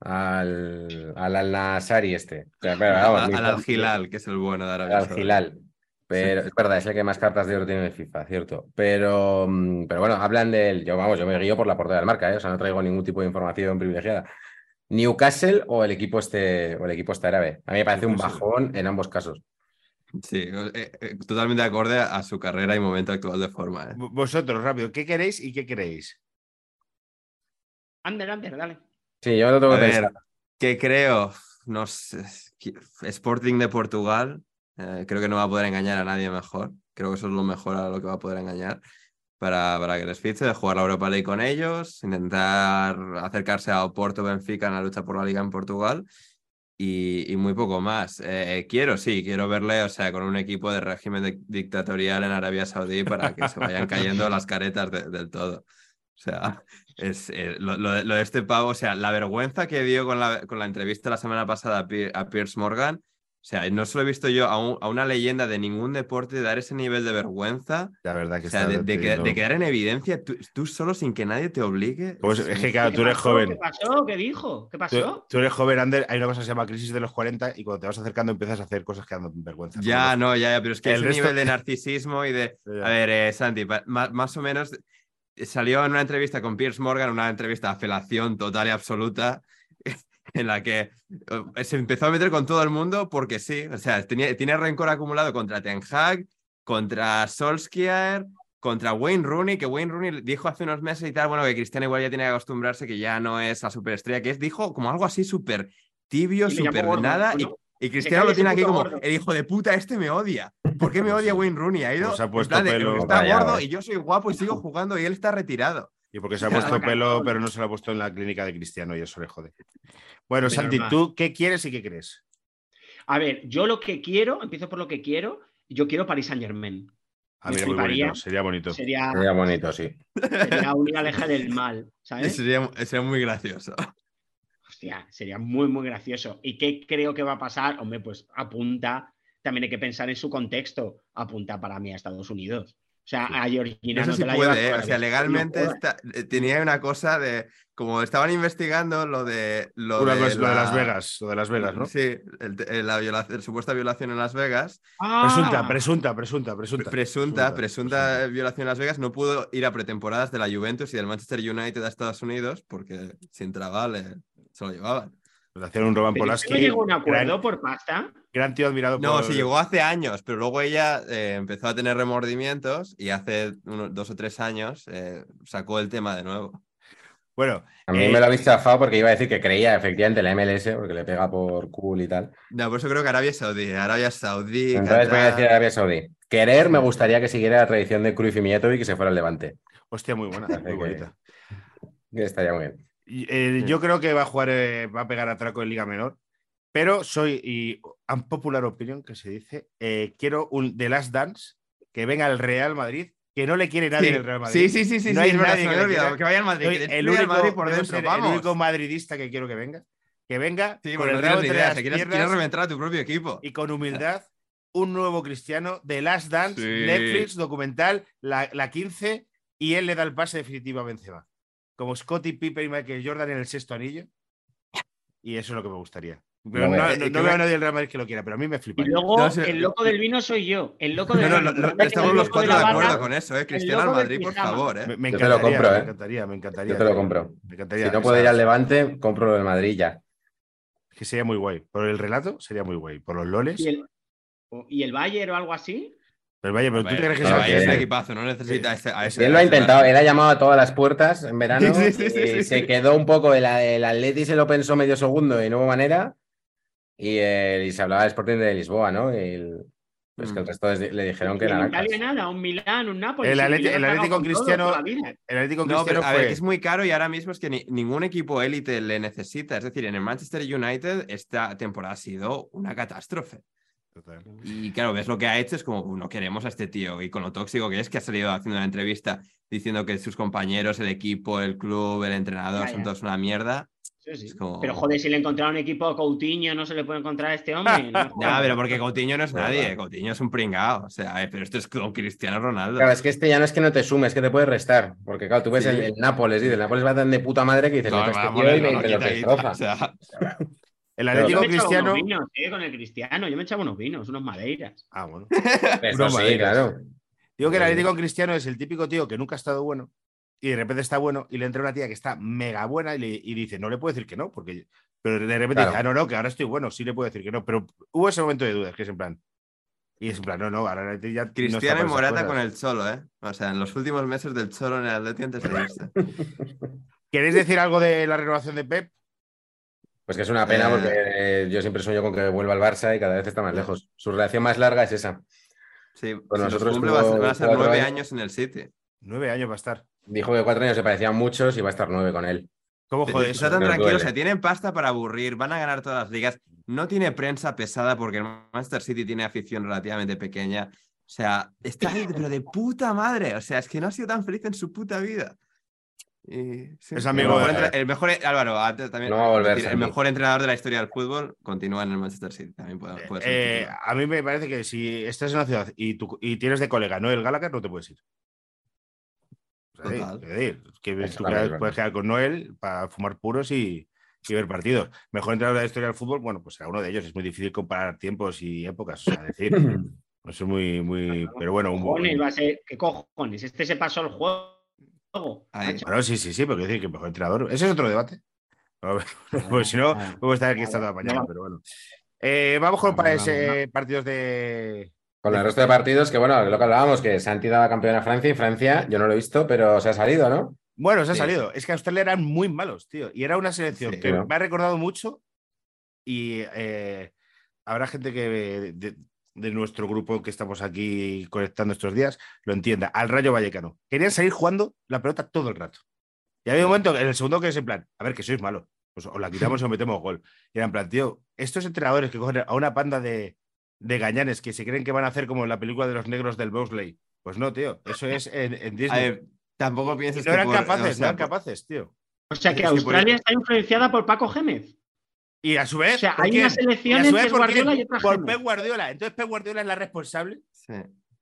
C: Al, al Al-Nassari este. O sea, pero vamos,
D: a-
C: mi-
D: al Al-Hilal, que es el bueno de Arabia
C: Al
D: Saudí.
C: Hilal. Pero es verdad, es el que más cartas de oro tiene en el FIFA, cierto. Pero, mm, pero bueno, hablan del. Yo, vamos, yo me guío por la portada del marca, ¿eh? O sea, no traigo ningún tipo de información privilegiada. Newcastle o el equipo este, o el equipo este árabe. A mí me parece un
B: Newcastle.
C: bajón en ambos casos.
D: Sí, eh, eh, totalmente de acorde a su carrera y momento actual de forma. eh.
B: V- Vosotros, rápido, ¿qué queréis y qué creéis?
E: Ander, Ander, dale.
C: Sí, yo lo tengo
D: A
C: que pensar.
D: ver, ¿qué creo? No sé, es que- Sporting de Portugal, eh, creo que no va a poder engañar a nadie mejor. Creo que eso es lo mejor a lo que va a poder engañar para, para que les fiche, jugar la Europa League con ellos, intentar acercarse a Oporto Benfica en la lucha por la liga en Portugal y, y muy poco más. Eh, quiero, sí, quiero verle, o sea, con un equipo de régimen de- dictatorial en Arabia Saudí para que se vayan cayendo las caretas de- del todo. O sea, es, eh, lo, lo de- lo de este pavo, o sea, la vergüenza que dio con la, con la entrevista la semana pasada a, Pier- a Piers Morgan, o sea, no solo he visto yo a, un- a una leyenda de ningún deporte dar ese nivel de vergüenza.
B: La verdad que
D: O sea,
B: está
D: de, de que-
B: teniendo-
D: de quedar en evidencia tú, tú solo sin que nadie te obligue.
B: Pues es que claro,
E: ¿Qué
B: tú eres
E: pasó? ¿Qué
B: joven.
E: pasó? ¿Qué dijo? ¿Qué
B: Tú,
E: pasó?
B: tú eres joven, Ander. Hay una cosa que se llama crisis de los 40 y cuando te vas acercando empiezas a hacer cosas que dan vergüenza.
D: Ya, no, ya, ya, pero es que
B: El
D: el
B: resto-
D: nivel de narcisismo y de...
B: Como-
D: A ver, eh, Santi, pa- ma- más, o menos eh, salió en una entrevista con Piers Morgan, una entrevista a felación total y absoluta, en la que eh, se empezó a meter con todo el mundo porque sí, o sea, tenía, tiene rencor acumulado contra Ten Hag, contra Solskjaer, contra Wayne Rooney, que Wayne Rooney dijo hace unos meses y tal, bueno, que Cristiano igual ya tiene que acostumbrarse que ya no es la superestrella que es, dijo como algo así súper tibio,
E: Y le llamó
D: súper
E: gordo,
D: nada,
E: ¿o
D: y-
E: no?
D: y Cristiano
E: calle
D: lo
E: ese
D: tiene aquí
E: puto
D: como,
E: gordo.
D: el hijo de puta, este me odia. ¿Por qué me
B: Pues
D: odia
B: sí.
D: Wayne Rooney? Ha ido.
B: Pues ha
D: en
B: puesto
D: plan de,
B: pelo. eh.
D: Está
C: Vaya,
D: gordo
C: vaya.
D: y yo soy guapo y sigo jugando y él está retirado.
B: Y porque se ha
D: Claro,
B: puesto
E: cabrón.
B: pelo, pero no se lo ha puesto en la clínica de Cristiano y eso le jode. Bueno,
E: Menos
B: Santi,
E: mal.
B: ¿tú qué quieres y qué crees?
E: A ver, yo lo que quiero, empiezo por lo que quiero, yo quiero Paris Saint Germain.
B: A
E: Me
B: mí muy
E: fliparía.
B: bonito, sería bonito.
E: Sería,
C: Sería bonito, sí.
E: sería una aleja del mal, ¿sabes?
D: Sería, sería muy gracioso.
E: Hostia, sería muy, muy gracioso. ¿Y qué creo que va a pasar? Hombre, pues apunta, también hay que pensar en su contexto, apunta para mí a Estados Unidos. O sea, a Georgina
D: Eso
E: no
D: sí
E: te la llevas
D: puede, ¿eh?
E: fuera
D: o sea,
E: de-
D: legalmente
E: no jodas.
D: está- eh, tenía una cosa de. Como estaban investigando lo de. Lo
B: Una
D: de,
B: cosa, lo de
D: la-
B: Las Vegas, lo de Las Vegas, ¿no?
D: Sí, el- el- la viola- el supuesta violación en Las Vegas.
B: Presunta,
E: Ah,
B: presunta, presunta, presunta.
D: Presunta,
B: Presunta,
D: presunta
B: presunta.
D: violación en Las Vegas. No pudo ir a pretemporadas de la Juventus y del Manchester United a Estados Unidos porque si entraba le- se lo llevaban.
B: Nos hacían Pues un Roman
E: ¿pero es que
B: Polanski.
E: no llegó a un acuerdo
B: Gran,
E: por pasta?
B: gran tío admirado
D: No,
B: por-
D: sí, llegó hace años, pero luego ella eh, empezó a tener remordimientos y hace unos dos o tres años eh, sacó el tema de nuevo.
B: Bueno,
C: A mí
B: Eh,
C: me lo habéis chafado porque iba a decir que creía efectivamente en la MLS porque le pega por cool y tal.
D: No, por eso creo que Arabia Saudí, Arabia Saudí.
C: Entonces voy a
D: Qatar.
C: decir Arabia Saudí. Querer me gustaría que siguiera la tradición de Cruyff y Mijatovic y que se fuera al Levante.
B: hostia, muy buena,
C: Parece
B: muy
C: que-
B: bonita.
C: que Estaría muy bien.
B: Y, eh,
D: Sí.
B: Yo creo que va a jugar, eh, va a pegar atraco en Liga Menor, pero soy, y unpopular opinion que se dice, eh, quiero un The Last Dance que venga al Real Madrid, que no le quiere nadie en el Real Madrid.
D: Sí, sí, sí, sí,
B: No
D: sí,
B: hay
D: es verdad,
B: nadie
D: se
B: que le
D: me había
B: quiera.
D: olvidado, que vaya al Madrid,
B: Soy
D: que
B: el
D: destruya al
B: único,
D: Madrid por
B: debo
D: dentro,
B: ser el
D: vamos.
B: único madridista que quiero que venga, que venga
D: Sí,
B: con
D: porque
B: el rabo
D: no tienes ni
B: entre
D: idea,
B: las
D: o sea, quieres,
B: piernas
D: quieres reventar a tu propio equipo.
B: y con humildad un nuevo cristiano, The Last Dance,
F: Sí.
B: Netflix, documental, la, la 15, y él le da el pase definitivo a Benzema. Como Scottie Pippen y Michael Jordan en el sexto anillo. Y eso es lo que me gustaría. Pero
C: No,
B: no,
C: eh,
B: no- no
C: eh, que
B: veo
C: me-
B: a nadie del Real Madrid que lo quiera, pero a mí me
E: Y
B: flipa.
E: luego,
D: No, sí,
E: el loco del vino soy yo. El loco
D: No,
E: del
D: no, no,
E: vino.
D: no,
E: Recuerda que
D: estamos
E: el
D: los
E: loco de
D: cuatro de
E: la
D: acuerdo
E: barra-
D: con eso, ¿eh? Cristiano
E: loco
D: al
E: del
D: Madrid, por
E: pijama.
D: favor, ¿eh?
B: Me, me
C: Yo te lo
B: encantaría,
C: compro,
B: me
C: ¿eh?
B: encantaría, me encantaría.
C: Yo te lo compro.
B: Me
C: Si
B: encantaría.
C: no
B: o
C: puedo
B: sea,
C: ir al Levante, compro lo del Madrid ya.
B: Que sería muy guay. Por el relato sería muy guay. Por los loles.
E: ¿Y el, ¿Y el Bayern o algo así?
B: Pero vaya, pero tú
D: Hombre,
B: crees que
D: el
B: se va a
C: Bayern
D: Bayern es un
B: querer?
D: equipazo, no necesita a ese- a ese-
C: Él lo ha
D: a ese
C: intentado,
D: Barça.
C: él ha llamado a todas las puertas en verano.
D: Sí, sí, sí,
C: y
D: sí,
C: se
D: sí.
C: quedó un poco, el, el Atleti se lo pensó medio segundo y no hubo manera. Y, eh, y se hablaba del Sporting de Lisboa, ¿no? Y el- pues que el
D: Mm.
C: resto les- le dijeron que
E: Y en
C: naranjas.
E: Italia nada, un Milán, un Napoli.
B: El
E: si
B: Atleti-
E: Milán
B: el
E: ha ganado
B: Atlético
E: con todo,
B: Cristiano-
E: toda la vida.
B: El Atlético
D: No,
B: Cristiano
D: pero a
B: fue-
D: ver, que es muy caro y ahora mismo es que ni- ningún equipo élite le necesita. Es decir, en el Manchester United esta temporada ha sido una catástrofe.
B: Total.
D: Y claro, ves lo que ha hecho, es como, no queremos a este tío. Y con lo tóxico que es, que ha salido haciendo una entrevista diciendo que sus compañeros, el equipo, el club, el entrenador
E: Ya,
D: son
E: ya.
D: todos una mierda.
E: Sí, sí.
D: Es como-
E: Pero joder, si le encontraron un equipo a Coutinho, no se le puede encontrar a este hombre. No,
D: Ya, pero porque Coutinho no es
C: Ya,
D: nadie,
C: claro.
D: Coutinho es un pringao. O sea, eh, pero esto es con Cristiano Ronaldo.
C: Claro, es que este ya no es que no te sume, es que te puedes restar. Porque claro, tú ves
D: Sí.
C: el, el Nápoles, dices, el Nápoles va tan de puta madre que dices,
D: No,
C: "Meto a este
D: vamos,
C: tío y
D: no,
C: me-
D: no,
C: me lo
D: quita ahí,
C: destroza".
D: o sea,
B: El
E: Yo me
B: Atlético
E: he echado
B: Cristiano.
E: unos vinos, eh, con el Cristiano. Yo me echaba unos vinos, unos madeiras.
B: Ah, bueno.
C: Eso
B: Broma,
C: Pues sí,
D: ¿eh?
B: digas.
C: claro.
B: Digo que el
C: Vale.
B: Atlético Cristiano es el típico tío que nunca ha estado bueno y de repente está bueno y le entra una tía que está mega buena y, le, y dice, no le puedo decir que no, porque. Pero de repente
C: Claro.
B: dice, ah, no, no, que ahora estoy bueno, sí le puedo decir que no. Pero hubo ese momento de dudas, que es en plan. Y es en plan, no, no, ahora el Atlético ya. no está
D: Cristiano
B: para
D: y
B: esas
D: Morata
B: cosas".
D: con el Cholo, ¿eh? O sea, en los últimos meses del Cholo en el Atleti antes de irse.
B: ¿Queréis decir algo de la renovación de Pep?
C: Pues que es una pena
D: Eh.
C: porque eh, yo siempre sueño con que vuelva al Barça y cada vez está más lejos. Su relación más larga es esa. Con
D: Sí, si los
C: Pues nosotros
D: cumple va a ser-
C: jugó
D: van a ser
C: cuatro
D: nueve
C: años.
D: años en el City.
B: Nueve años va a estar.
C: Dijo que cuatro años se parecían muchos y va a estar nueve con él.
B: ¿Cómo
D: Está
B: joder eso? ¿eh?
D: tan
C: Nos
D: tranquilo,
C: duele.
D: se tienen pasta para aburrir, van a ganar todas las ligas. No tiene prensa pesada porque el Manchester City tiene afición relativamente pequeña. O sea, está ahí, pero de puta madre. O sea, es que no ha sido tan feliz en su puta vida. Y, sí.
B: Es amigo
D: el mejor,
C: de-
D: entre- el mejor- Álvaro, antes también.
C: No va a volver,
D: Eh, decir, el
C: Santi.
D: mejor entrenador de la historia del fútbol continúa en el Manchester City. También puede, puede ser
B: Eh,
D: titular.
B: a mí me parece que si estás en una ciudad y, tú- y tienes de colega Noel Gallagher, no te puedes ir. O sea,
D: Total.
B: es decir, que
C: Eso
B: tú
C: también
B: quedas-
C: es
B: puedes
C: verdad.
B: quedar con Noel para fumar puros y, y ver partidos. Mejor entrenador de la historia del fútbol, bueno, pues será uno de ellos. Es muy difícil comparar tiempos y épocas. O sea, decir, no es muy, muy. Pero bueno, un
E: Cojones, va a ser. ¿Qué cojones? Este se pasó el juego.
D: Ahí.
E: macho.
B: Bueno, sí, sí, sí, pero quiero decir que mejor entrenador. Ese es otro debate. No, pues si no,
E: Ah,
B: puedo estar aquí esta
E: Vale,
B: toda la mañana,
E: no.
B: pero bueno. Eh, vamos con
D: Vamos,
B: para
D: vamos,
B: ese partidos de,
C: Con el resto de partidos, que bueno, lo que hablábamos, que Santi daba campeón a Francia y Francia, yo no lo he visto, pero se ha salido, ¿no?
B: Bueno, se ha
D: Sí,
B: salido. Es que Australia eran muy malos, tío. Y era una selección
D: Sí,
B: que
C: ¿no?
B: me ha recordado mucho. Y eh, habrá gente que de, de- de nuestro grupo que estamos aquí conectando estos días lo entienda. Al Rayo Vallecano. Querían salir jugando la pelota todo el rato. Y había un momento, en el segundo, que es en plan, a ver, que sois malos. Pues os la quitamos y os metemos gol. Y era en plan, tío, estos entrenadores que cogen a una panda de, de gañanes que se creen que van a hacer como en la película de los negros del Bosley. Pues no, tío. Eso es en, en
D: A
B: Disney.
D: ver, tampoco pienses
B: no
D: que
B: eran
D: por-
B: capaces,
D: o sea,
B: no eran capaces, tío.
E: O sea que
D: Es que por
E: Australia
D: eso-
E: está influenciada por Paco Gémez.
B: Y a su
E: O
B: vez,
E: sea,
B: ¿por
E: hay
B: quién?
E: unas
B: Y a
E: selecciones
B: su
E: que
B: vez,
E: es
B: ¿por quién?
E: Guardiola y otras
B: Por Pep
E: Gémez.
B: Guardiola. Entonces, Pep Guardiola es la responsable
D: sí.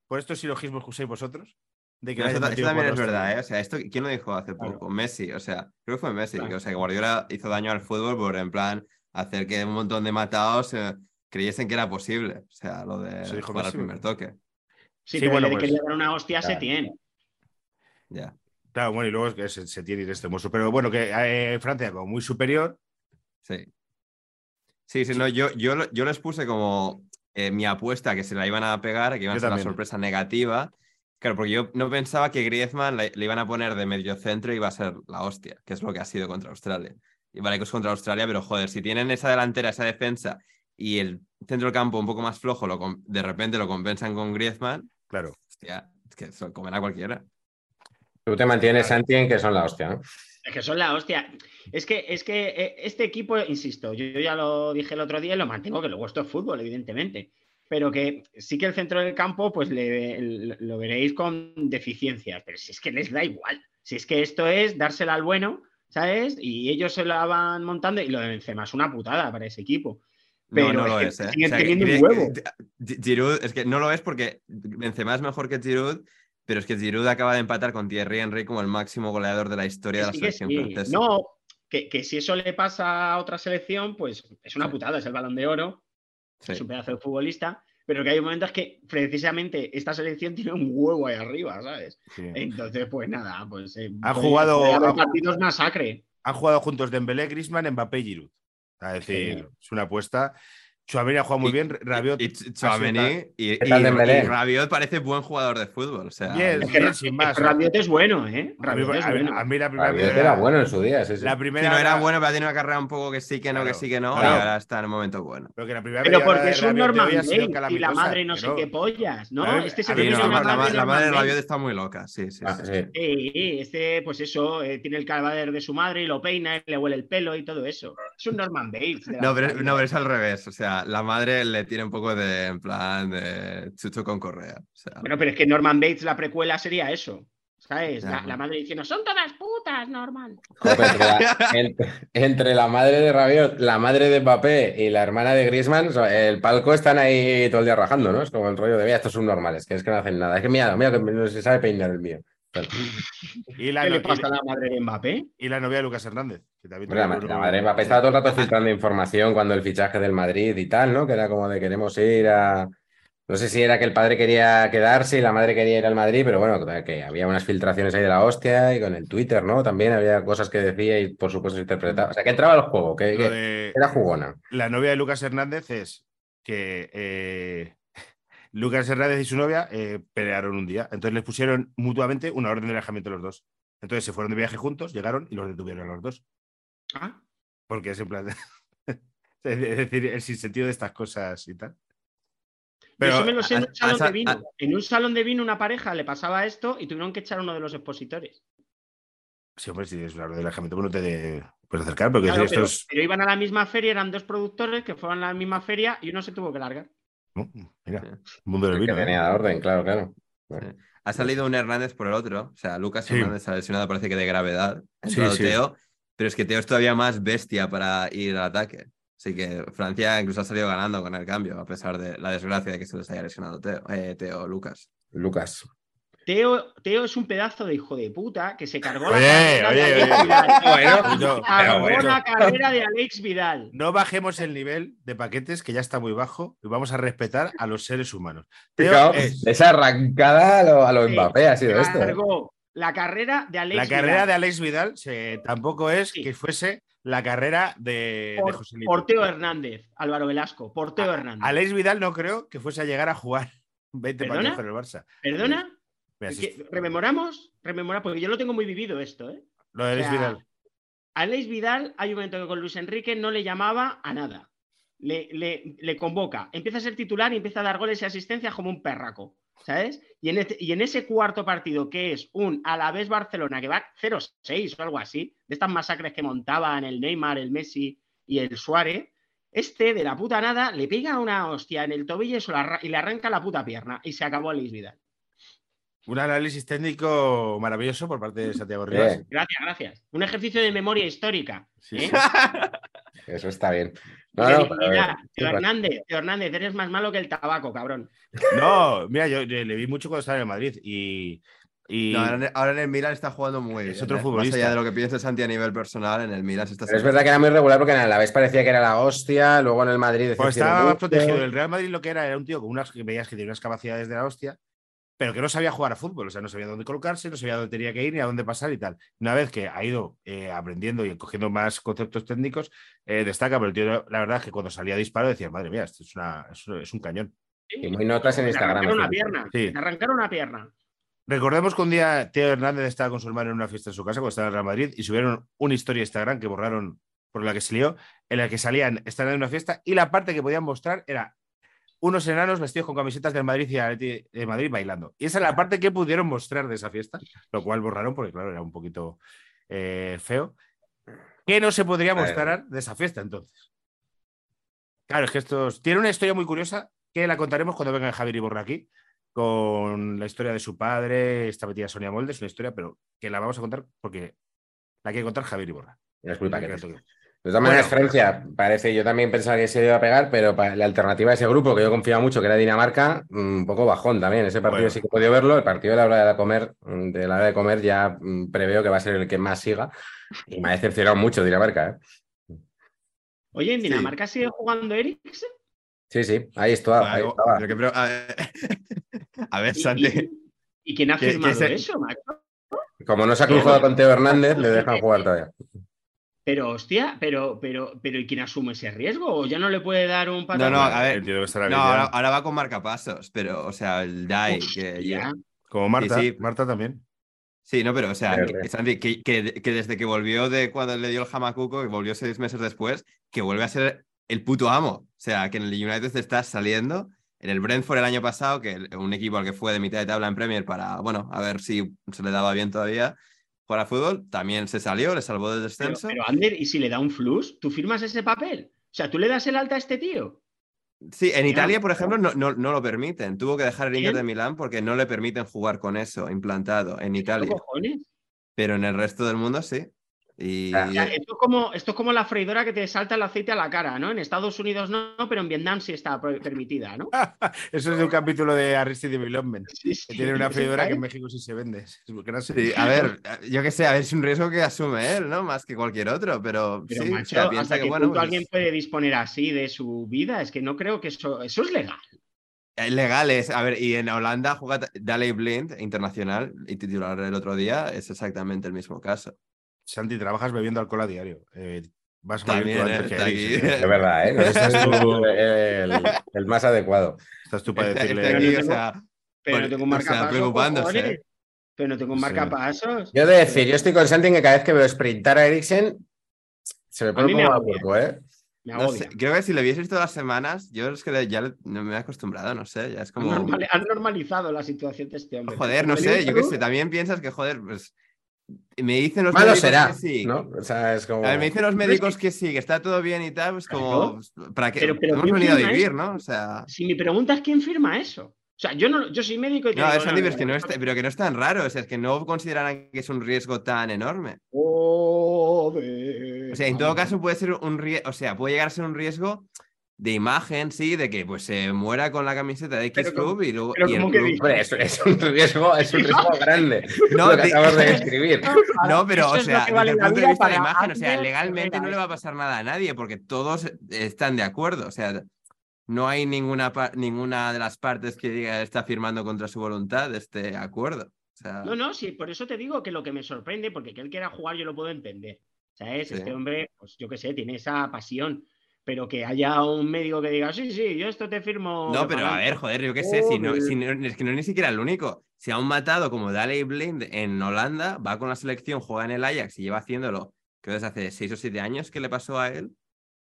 B: por estos silogismos que usáis vosotros. De que
D: No,
B: le
D: eso,
B: hayan
D: ta-
B: metido
D: eso también es
B: cuatro
D: verdad, ¿eh? O
B: estrellas.
D: sea, esto, ¿quién lo dijo hace
E: Claro.
D: poco? Messi, o sea, creo que fue Messi,
E: Claro.
D: que, o sea, que Guardiola hizo daño al fútbol por, en plan, hacer que un montón de matados eh, creyesen que era posible, o sea, lo de
B: Eso dijo
D: jugar al
B: Messi.
D: primer toque,
B: Sí,
E: Sí, pero
B: bueno,
E: le
B: pues.
E: quería dar una hostia a
C: Claro.
E: Setién.
D: ya.
B: Claro, bueno, y luego es que se, se tiene este monstruo. Pero bueno, que eh, Francia, como muy superior,
D: Sí. Sí, sí, no, yo, yo, lo- yo les puse como eh, mi apuesta que se la iban a pegar, que iban
B: Yo
D: a ser una
B: también.
D: sorpresa negativa. Claro, porque yo no pensaba que Griezmann le, le iban a poner de medio centro y iba a ser la hostia, que es lo que ha sido contra Australia. Y vale que es contra Australia, pero joder, si tienen esa delantera, esa defensa y el centro del campo un poco más flojo, lo com- de repente lo compensan con Griezmann,
B: claro.
D: hostia, es que se lo comen a cualquiera.
C: Tú te mantienes, Santi, en que son la hostia, ¿no?
E: Es que son la hostia. Es que, es que eh, este equipo, insisto, yo yo ya lo dije el otro día y lo mantengo, que luego esto es fútbol, evidentemente. Pero que sí que el centro del campo, pues le, le- lo veréis con deficiencias. Pero si es que les da igual. Si es que esto es dársela al bueno, ¿sabes? Y ellos se la van montando y lo de Benzema es una putada para ese equipo. Pero
D: no, no lo
E: es que
D: es. ¿eh?
E: siguen
D: O sea, que
E: teniendo un
D: cree que-
E: huevo.
D: Gi- Giroud, es que no lo es porque Benzema es mejor que Giroud, pero es que Giroud acaba de empatar con Thierry Henry como el máximo goleador de la historia de la
E: Sí, que
D: selección
E: sí.
D: francesa.
E: No, que, que si eso le pasa a otra selección, pues es una
D: Sí.
E: putada, es el balón de oro,
D: Sí.
E: es un pedazo de futbolista, pero que hay momentos que precisamente esta selección tiene un huevo ahí arriba, ¿sabes?
B: Sí.
E: Entonces, pues nada, pues... eh,
B: Ha
E: puede-
B: jugado-
E: puede haber
B: ha-
E: partidos masacre.
B: Han jugado juntos Dembélé, Griezmann, Mbappé y Giroud. Es decir, es una apuesta. Chuameni ha jugado muy
D: Y-
B: bien, Rabiot
D: Y Ch- Tchouaméni y,
C: ¿Qué tal
D: y-
C: Dembélé?
D: y Rabiot parece buen jugador de fútbol. O sea,
B: Bien,
E: Es que
B: bien, sin más. A mí,
E: Rabiot es bueno, ¿eh?
B: a mí-
E: Rabiot es bueno.
B: a mí la primera
C: Rabiot era bueno en su día, sí, Ah, sí.
B: La
D: si
B: primera
D: no era
B: media-
D: bueno, pero ha tenido una carrera un poco que sí, que no,
B: Claro,
D: que sí, que no.
C: claro.
D: Y ahora está en un momento bueno.
B: Pero que la primera
E: Pero
B: media hora
E: porque
B: de
E: es un
B: Rabiot de
E: Norman
B: hoy ha sido
E: Bates y la
B: calamitosa,
E: madre no
B: que
E: sé qué pollas, ¿no?
B: A ver,
E: este se
B: a
D: Sí,
B: mí
E: piensa
D: no,
E: que
D: la,
E: es
D: la- la madre de
E: Norman
D: Rabiot
E: Bates.
D: está muy loca. Sí, sí.
C: Ah,
D: sí.
C: sí.
E: Sí, este, pues eso, eh, tiene el cadáver de su madre y lo peina y le huele el pelo y todo eso. Es un Norman Bates. de la
D: No, pero,
E: familia.
D: no, pero es al revés. O sea, la madre le tiene un poco de, en plan, de chucho con correa. O sea,
E: Bueno, pero es que Norman Bates, la precuela sería eso. ¿Sabes?
D: Ya,
E: La,
B: pues.
D: bueno.
E: la madre diciendo, son todas putas, Norman.
C: Joder, entre, la, entre- entre la madre de Rabiot, la madre de Mbappé y la hermana de Griezmann, o sea, el palco están ahí todo el día rajando, ¿no? Es como el rollo de, mira, estos son normales, que es que no hacen nada. Es que mira, mira que no se sabe peinar el mío. Bueno,
B: Y la,
E: ¿Qué
B: no-
E: le
B: y-
E: pasa a la madre de Mbappé?
B: y la novia de Lucas Hernández. Que también
C: hombre, la,
B: tuvo
C: la
B: un-
C: madre de Mbappé estaba todo el rato filtrando información cuando el fichaje del Madrid y tal, ¿no? Que era como de queremos ir a... No sé si era que el padre quería quedarse y la madre quería ir al Madrid, pero bueno, que había unas filtraciones ahí de la hostia y con el Twitter, ¿no? También había cosas que decía y por supuesto se interpretaba. O sea, que entraba al juego, que,
B: Lo
C: que
B: de-
C: era jugona.
B: la novia de Lucas Hernández es que eh, Lucas Hernández y su novia eh, pelearon un día. Entonces les pusieron mutuamente una orden de alejamiento a los dos. Entonces se fueron de viaje juntos, llegaron y los detuvieron a los dos.
E: Ah,
B: Porque es en plan. es decir, el sinsentido de estas cosas y tal.
E: yo eso me lo sé en
D: a-
E: un salón
D: a-
E: de vino.
D: a-
E: En un salón de vino una pareja le pasaba esto y tuvieron que echar a uno de los expositores.
B: Sí, hombre, si es una orden de alejamiento, pues no te puedes acercar, porque
E: Claro,
B: Pues esto
E: pero,
B: es.
E: pero iban a la misma feria, eran dos productores que fueron a la misma feria y uno se tuvo que largar.
B: ¿no? Mira, mundo del
C: El que
B: vino. ¿eh?
C: tenía la orden, claro, claro.
D: Ha salido un Hernández por el otro. O sea, Lucas
B: Pues Sí.
D: Hernández ha lesionado, parece que de gravedad. Ha
B: Sí,
D: entrado
B: sí.
D: Teo, pero es que Teo es todavía más bestia para ir al ataque. Así que Francia incluso ha salido ganando con el cambio, a pesar de la desgracia de que se les haya lesionado Teo, eh, Teo Lucas.
C: Lucas.
E: Teo, Teo es un pedazo de hijo de puta que se cargó la
B: Oye,
E: carrera
B: oye,
E: de Alex
B: oye.
E: Vidal.
C: Bueno,
B: Yo-
E: Cargó
C: Pero bueno.
E: la carrera de Alex Vidal.
B: No bajemos el nivel de paquetes, que ya está muy bajo, y vamos a respetar a los seres humanos. Teo eh,
C: fijaos,
B: es
C: esa arrancada a lo, a lo
E: Sí,
C: Mbappé ha sido esto. ¿eh?
E: Cargó la carrera de Alex
B: la carrera
E: Vidal
B: de Alex Vidal se- tampoco es
E: Sí.
B: que fuese la carrera de, de José Lito.
E: por Teo Hernández, Álvaro Velasco, por Teo Hernández.
B: Alex Vidal no creo que fuese a llegar a jugar 20
E: ¿Perdona?
B: partidos con el Barça.
E: ¿Perdona?
B: Mira, si
E: ¿Qué-
B: es-
E: ¿Rememoramos? Rememora, porque yo lo tengo muy vivido esto, ¿eh?
B: Lo de Alex
E: O sea,
B: Vidal.
E: A Alex Vidal hay un momento que con Luis Enrique no le llamaba a nada. Le, le- le convoca, empieza a ser titular y empieza a dar goles y asistencias como un perraco, ¿sabes? Y en, este- y en ese cuarto partido, que es un Alavés Barcelona, que va 0-6 o algo así, de estas masacres que montaban el Neymar, el Messi y el Suárez, este de la puta nada le pega una hostia en el tobillo y, se lo arra- y le arranca la puta pierna y se acabó Alex Vidal.
B: Un análisis técnico maravilloso por parte de Santiago Rivas.
C: Bien,
E: Gracias, gracias. Un ejercicio de memoria histórica.
B: Sí,
E: ¿eh?
B: sí.
C: eso está bien. No,
E: Qué
C: no, pero a ver,
E: dignidad. Tío Hernández, tío Hernández, eres más malo que el tabaco, cabrón.
B: No, mira, yo, yo le vi mucho cuando estaba en el Madrid y. y-
D: No, ahora, en- ahora en el Milan está jugando muy bien.
B: Es otro
D: ¿eh?
B: futbolista.
D: Más allá de lo que piensa Santi a nivel personal, en el Milan se está
C: pero es verdad que era muy regular porque a la vez parecía que era la hostia, luego en el Madrid
B: Pues
C: decepcionó
B: estaba más
C: mucho.
B: protegido. El Real Madrid lo que era era un tío con unas que veías que tenía unas capacidades de la hostia, pero que no sabía jugar a fútbol, o sea, no sabía dónde colocarse, no sabía dónde tenía que ir ni a dónde pasar y tal. Una vez que ha ido eh, aprendiendo y cogiendo más conceptos técnicos, eh, destaca, pero el tío, la verdad es que cuando salía a disparo decía, madre mía, esto es, una, es, es un cañón.
C: Y muy notas en
E: ¿eh? Te
C: Instagram.
E: arrancaron una
C: así.
E: pierna.
B: Sí.
E: Te arrancaron una pierna.
B: Recordemos que un día Teo Hernández estaba con su hermano en una fiesta en su casa cuando estaba en Real Madrid y subieron una historia a Instagram que borraron por la que se lió, en la que salían, estaban en una fiesta y la parte que podían mostrar era unos enanos vestidos con camisetas del Madrid y del Atleti de Madrid bailando. Y esa es la parte que pudieron mostrar de esa fiesta, lo cual borraron porque, claro, era un poquito eh, feo. Que no se podría
C: Claro.
B: mostrar de esa fiesta entonces. Claro, es que estos. Tiene una historia muy curiosa que la contaremos cuando venga Javier Iborra aquí, con la historia de su padre, esta metida Sonia Moldes, una historia, pero que la vamos a contar porque la quiere contar Javier Iborra.
C: Ya es muy paquete. De todas maneras,
B: Bueno.
C: Francia, parece, yo también pensaba que se iba a pegar, pero pa- la alternativa de ese grupo, que yo confiaba mucho, que era Dinamarca, mm, un poco bajón también. Ese partido
B: Bueno.
C: sí que he podido verlo. El partido de la hora de comer, mm, de la hora de comer, ya mm, preveo que va a ser el que más siga. Y me ha decepcionado mucho Dinamarca, ¿eh?
E: Oye, ¿en
D: Sí.
E: Dinamarca sigue jugando Eriksen?
C: Sí, sí, ahí estaba, ahí
D: Claro,
C: estaba.
D: pero que- pero, a ver, a ver,
E: ¿Y-
D: Santi.
E: ¿Y, y quién ha
D: Que- que
E: firmado
D: se-
E: eso, macho?
C: Como no se ha cruzado con Teo Hernández, le dejan jugar todavía.
E: Pero, hostia, pero, pero, pero, ¿y quién asume ese riesgo? ¿O ya no le puede dar un
D: No,
E: patatón?
D: no, a ver.
B: Entiendo que estará
D: No,
B: bien ya.
D: ahora, ahora va con marcapasos, pero, o sea, el DAI. Que,
E: Hostia.
B: Como Marta,
D: sí.
B: Marta también.
D: Sí, no, pero, o sea,
C: Pero,
D: que-
C: pero-
D: Santi, que, que- que desde que volvió de cuando le dio el jamacuco, que volvió seis meses después, que vuelve a ser el puto amo. O sea, que en el United está saliendo. En el Brentford el año pasado, que el- un equipo al que fue de mitad de tabla en Premier para, bueno, a ver si se le daba bien todavía jugar a fútbol, también se salió, le salvó del
E: Pero,
D: descenso.
E: pero, Ander, ¿y si le da un flus? ¿Tú firmas ese papel? O sea, ¿tú le das el alta a este tío?
D: Sí, en
E: Ya,
D: Italia, por ejemplo, no, no, no lo permiten. Tuvo que dejar el Inter
E: ¿Quién?
D: de Milán porque no le permiten jugar con eso implantado en
E: ¿Qué
D: Italia.
E: cojones?
D: Pero en el resto del mundo sí. Y eh,
C: Ah,
E: O sea, esto, es como, esto es como la freidora que te salta el aceite a la cara, ¿no? En Estados Unidos no, pero en Vietnam sí está pro- permitida, ¿no?
D: Ah,
B: Eso es de un capítulo de Arrested Development.
E: Sí, sí.
B: Que tiene una
E: Ese
B: fedora que
E: país.
B: en México sí se vende. Es una serie.
D: sí, a ver, eh, yo qué sé, a ver, es un riesgo que asume él, ¿no? Más que cualquier otro, pero,
E: Pero,
D: sí, o
E: macho,
D: sea, piensa
E: ¿hasta
D: que,
E: qué
D: bueno,
E: punto
D: pues,
E: alguien puede disponer así de su vida? Es que no creo que eso... Eso es legal.
D: eh, legales. A ver, y en Holanda juega Ta- Daley Blind, internacional y titular el otro día, es exactamente el mismo caso.
B: Santi, trabajas bebiendo alcohol a diario. Eh, vas mayor
D: También
B: tú antes
D: eh,
B: que
D: está
B: Eric,
D: aquí.
B: ¿eh?
C: Es verdad, ¿eh? No sé si es el- el- el más adecuado.
B: Estás tú para
D: Está- está
B: decirle.
D: Este, aquí,
E: Pero
D: o
E: no
D: sea,
E: Pero
D: Bueno,
E: no tengo
D: o
E: un
D: sea,
E: marcapasos.
D: preocupándose,
E: cojones.
D: ¿eh?
E: Pero no tengo un
B: Sí.
E: marcapasos.
C: Yo he de decir, yo estoy con Santi en que cada vez que veo sprintar a Eriksen, se me
E: A
C: pone
E: mí
C: un
E: me
C: poco a
E: agobia.
C: cuerpo, ¿eh?
E: Me
D: no
E: agobia.
D: sé, creo que si le vieseis todas las semanas, yo es que le- ya le- no me he acostumbrado, no sé, ya es
E: Han
D: como...
E: normali- han normalizado la situación de este hombre.
D: Joder, no sé, yo qué sé, también piensas que, joder, pues me dicen los
C: Malo
D: médicos
C: será,
D: que sí.
C: ¿no? O sea, es como...
D: A ver, me dicen los
E: Pero es
D: médicos que sí, que está todo bien y tal, pues como, ¿para qué?
E: Pero- ¿eh? pero
D: Hemos
E: ¿quién
D: venido a
E: firma
D: vivir,
E: eso?
D: ¿no? O sea,
E: Si mi pregunta es quién firma eso. O sea, yo, no, yo soy médico y te
D: no,
E: digo,
D: es este. Andy, pero es que no es, pero que no es tan raro, o sea, es que no consideran que es un riesgo tan enorme.
E: Joder.
D: O sea, en todo caso puede ser un riesgo, o sea, puede llegar a ser un riesgo de imagen, sí, de que pues se muera con la camiseta de X
E: Pero como-
D: Club y luego...
E: pero
D: y el
E: como que
D: club-
E: dices,
C: Hombre, es, es un riesgo, es un riesgo grande
D: No,
C: lo que
D: di-
C: acabas de describir.
D: No, pero,
E: Ah,
D: o
E: Eso es lo
D: sea,
E: que vale
D: desde el
E: la
D: punto de
E: vida
D: vista de
E: para
D: imagen, o sea,
E: Ander
D: legalmente no
E: Herrera.
D: le va a pasar nada a nadie porque todos están de acuerdo, o sea, no hay ninguna, pa- ninguna de las partes que diga está firmando contra su voluntad este acuerdo. O sea,
E: No, no, sí, por eso te digo que lo que me sorprende, porque que él quiera jugar yo lo puedo entender. ¿Sabes?
D: Sí.
E: Este hombre, pues yo qué sé, tiene esa pasión. Pero que haya un médico que diga, sí, sí, yo esto te firmo.
D: No,
E: de
D: pero a
E: pa'lante".
D: ver, joder, yo qué sé, si no,
E: Joder.
D: si no- es que no es ni siquiera el único. Se han matado como Daley Blind en Holanda, va con la selección, juega en el Ajax y lleva haciéndolo, creo desde hace seis o siete años que le pasó a él.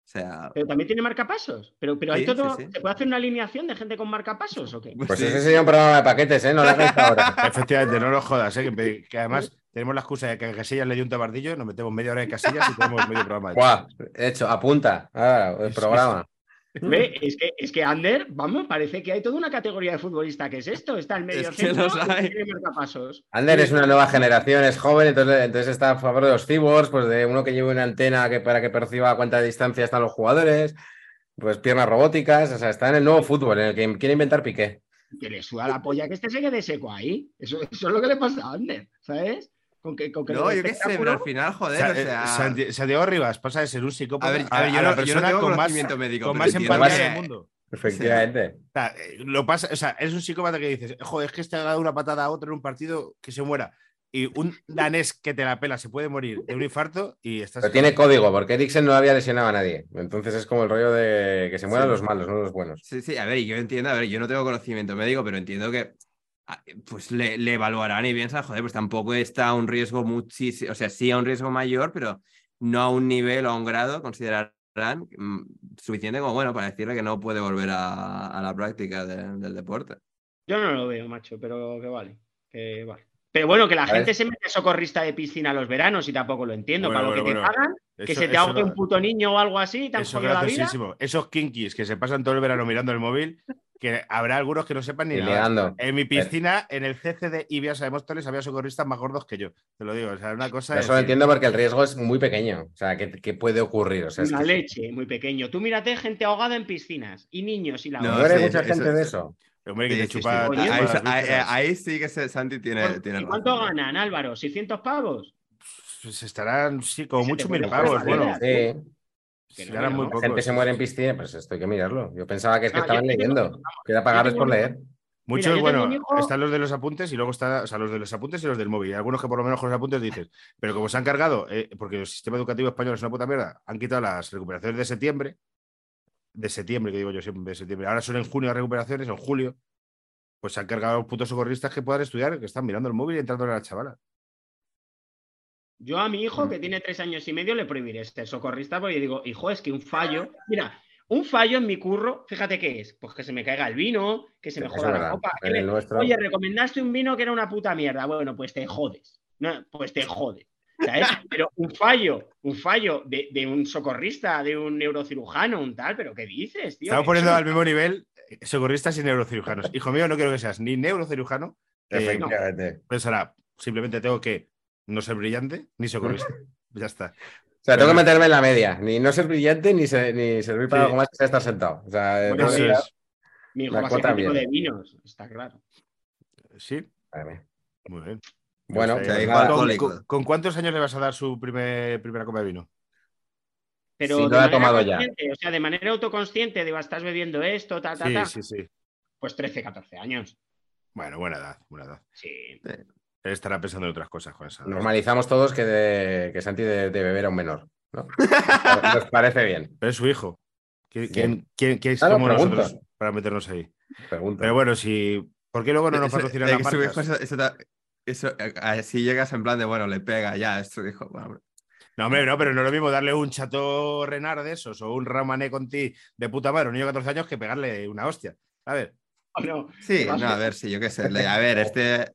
D: O sea,
E: Pero también tiene marcapasos. Pero, pero hay
D: Sí,
E: todo.
D: sí, sí.
E: ¿Se puede hacer una alineación de gente con marcapasos o qué?
C: Pues
D: sí.
C: ese sería un programa de paquetes, ¿eh? No lo hagáis ahora.
B: Efectivamente, no nos jodas, ¿eh? que, pe- que además tenemos la excusa de que a Casillas le dio un tabardillo, nos metemos media hora en Casillas y tenemos medio programa. hecho.
C: Buah, hecho, apunta. Ahora, el programa.
E: Ve, Es que, es que Ander, vamos, parece que hay toda una categoría de futbolista que es esto. Está el medio
D: Es que los
E: centro
D: hay.
E: y tiene marcapasos.
C: Ander es una nueva generación, es joven, entonces, entonces está a favor de los cyborgs, pues de uno que lleve una antena que, para que perciba a cuánta distancia están los jugadores, pues piernas robóticas, o sea, está en el nuevo fútbol, en el que quiere inventar Piqué.
E: que le suda la polla que este se quede seco ahí. Eso, eso es lo que le pasa a Ander, ¿sabes? Con que, con que
D: no,
E: el
D: yo qué sé, pero
E: espectáculo-
D: al final, joder,
B: Sa-
D: o sea...
B: eh, Santi- Santiago Rivas pasa de ser un psicópata
D: A
B: a,
D: ver, a ver, yo,
B: a la
D: no, yo no
B: persona
D: tengo
B: con más,
D: conocimiento médico.
B: con
D: pero
B: más
D: entiendo
B: empatía
D: que-
B: del mundo.
C: Efectivamente.
B: O sea, eh, lo pasa, o sea, es un psicópata que dices, joder, es que este ha dado una patada a otro en un partido que se muera. Y un danés que te la pela se puede morir de un infarto y estás.
C: Pero tiene código, porque Eriksen no había lesionado a nadie. Entonces es como el rollo de que se mueran
D: Sí.
C: los malos, no los buenos.
D: Sí, sí, a ver, yo entiendo, a ver, yo no tengo conocimiento médico, pero entiendo que ah, pues le, le evaluarán y piensan, joder, pues tampoco está a un riesgo muchísimo, o sea, sí a un riesgo mayor, pero no a un nivel o a un grado considerarán mm, suficiente como, bueno, para decirle que no puede volver a, a la práctica de- del deporte.
E: Yo no lo veo, macho, pero que vale. Que vale. Pero bueno, que la
C: A ver.
E: gente se mete socorrista de piscina los veranos y tampoco lo entiendo.
B: Bueno,
E: Para lo
B: bueno,
E: que
B: bueno.
E: te pagan,
B: Eso-
E: que se te
B: eso
E: ahogue
B: no-
E: un puto niño o algo así, te
B: Eso
E: han
B: es
E: jodido la vida.
B: graciosísimo. Esos kinkies que se pasan todo el verano mirando el móvil, que habrá algunos que no sepan ni
C: Y
B: nada.
C: ligando.
B: En mi piscina, en el CC de Ibiasa de Móstoles, había socorristas más gordos que yo. Te lo digo, o sea, una cosa.
C: Pero
B: es-
C: Eso lo entiendo porque el riesgo es muy pequeño. O sea, ¿qué, qué puede ocurrir? O sea, es
E: Una
C: que-
E: leche, muy pequeño. Tú mírate gente ahogada en piscinas y niños y la
D: No,
C: No eres
D: sí,
C: mucha
D: eso-
C: gente de eso.
B: Hombre, que
D: Sí,
B: te
D: sí, pues,
B: chupa- te
D: sí.
E: Oye,
B: chupa
D: Ahí,
B: las
D: ahí-
B: vísceras.
D: ahí sí que se- Santi tiene, tiene
E: ¿Y
D: razón.
E: cuánto ganan, Álvaro? ¿600 pavos?
B: Pues estarán, sí, como
E: Se te
B: mucho
E: puede
B: mil
E: ocurrir
B: pavos.
E: cualquiera.
B: Bueno,
C: Sí.
E: Que no,
B: estarán
E: no,
B: muy
E: no.
C: La
B: pocos.
C: gente se muere en piscina, pues esto hay que mirarlo. Yo pensaba que es que
E: Ah, yo
C: estaban
E: tengo-
C: leyendo, que era pagarles
E: yo tengo
C: por
E: un-
C: leer.
B: Muchos,
E: yo
B: bueno,
E: tengo un hijo-
B: están los de los apuntes y luego está, o sea, los de los apuntes y los del móvil. Y algunos que por lo menos con los apuntes dices, pero como se han cargado, eh, porque el sistema educativo español es una puta mierda, han quitado las recuperaciones de septiembre, de septiembre, que digo yo siempre, de septiembre. Ahora son en junio las recuperaciones, en julio. Pues se han cargado los putos socorristas que puedan estudiar, que están mirando el móvil y entrando a la chavala.
E: Yo a mi hijo, que tiene tres años y medio, le prohibiré ser socorrista porque digo, hijo, es que un fallo. Mira, un fallo en mi curro, fíjate qué es. Pues que se me caiga el vino, que se me
C: Eso es
E: joda la
C: verdad.
E: copa. que
C: En
E: le-
C: el nuestro,
E: Oye, recomendaste un vino que era una puta mierda. Bueno, pues te jodes. No, pues te jodes. ¿sabes? Pero un fallo, un fallo de, de un socorrista, de un neurocirujano, un tal, pero ¿qué dices, tío?
B: Estamos
E: Que
B: poniendo
E: eso-
B: al mismo nivel eh, socorristas y neurocirujanos. Hijo mío, no quiero que seas ni neurocirujano, eh,
C: efectivamente.
B: pensará, simplemente tengo que no ser brillante ni socorrista. ya está.
C: O sea, tengo que meterme en la media. Ni no ser brillante, ni, se- ni servir para
B: Sí.
C: algo más que sea estar sentado. O sea, eh,
E: Bueno,
C: no
B: Eso
E: sí.
C: digas-
B: es.
E: Mi hijo
C: la
E: va a ser
C: cuota
E: crítico
C: bien.
E: de vinos, está claro.
B: Sí,
C: Madre mía.
B: muy bien.
C: Bueno,
B: Pues,
D: sea,
B: eh,
C: pues
D: igual
C: nada.
D: todo-
B: ¿con,
D: alcohólico.
B: con- con cuántos años le vas a dar su primer- primera copa de vino?
E: Pero
C: Sí,
E: de
C: lo ha
E: manera
C: tomado ya.
E: consciente, O sea, de manera autoconsciente, digo, estás bebiendo esto, ta, ta,
B: Sí,
E: ta.
B: sí, sí.
E: Pues 13, 14 años.
B: Bueno, buena edad, buena edad.
E: Sí.
B: Él estará pensando en otras cosas con esa. edad.
C: normalizamos todos que, de- que Santi de, de beber a un menor. ¿no? Nos parece bien.
B: Pero es su hijo. ¿Qui-
C: Sí.
B: ¿Quién, quién- quién es
C: Claro,
B: como
C: pregunta.
B: nosotros para meternos ahí?
C: Pregunto.
B: Pero bueno, si. ¿Por qué luego no nos
D: Eso-
B: patrocinan
D: eh,
B: las
D: que su
B: marcas?
D: hijo eso- eso ta- eso, eh, así llegas en plan de, bueno, le pega ya, esto dijo, bueno,
B: No, hombre, no, pero no es lo mismo darle un chato Renard de esos o un Ramané Conti de puta madre a un niño de 14 años que pegarle una hostia. A ver,
E: O no,
D: Sí,
E: Además,
D: no, a ver, sí, yo qué sé. le- a ver, este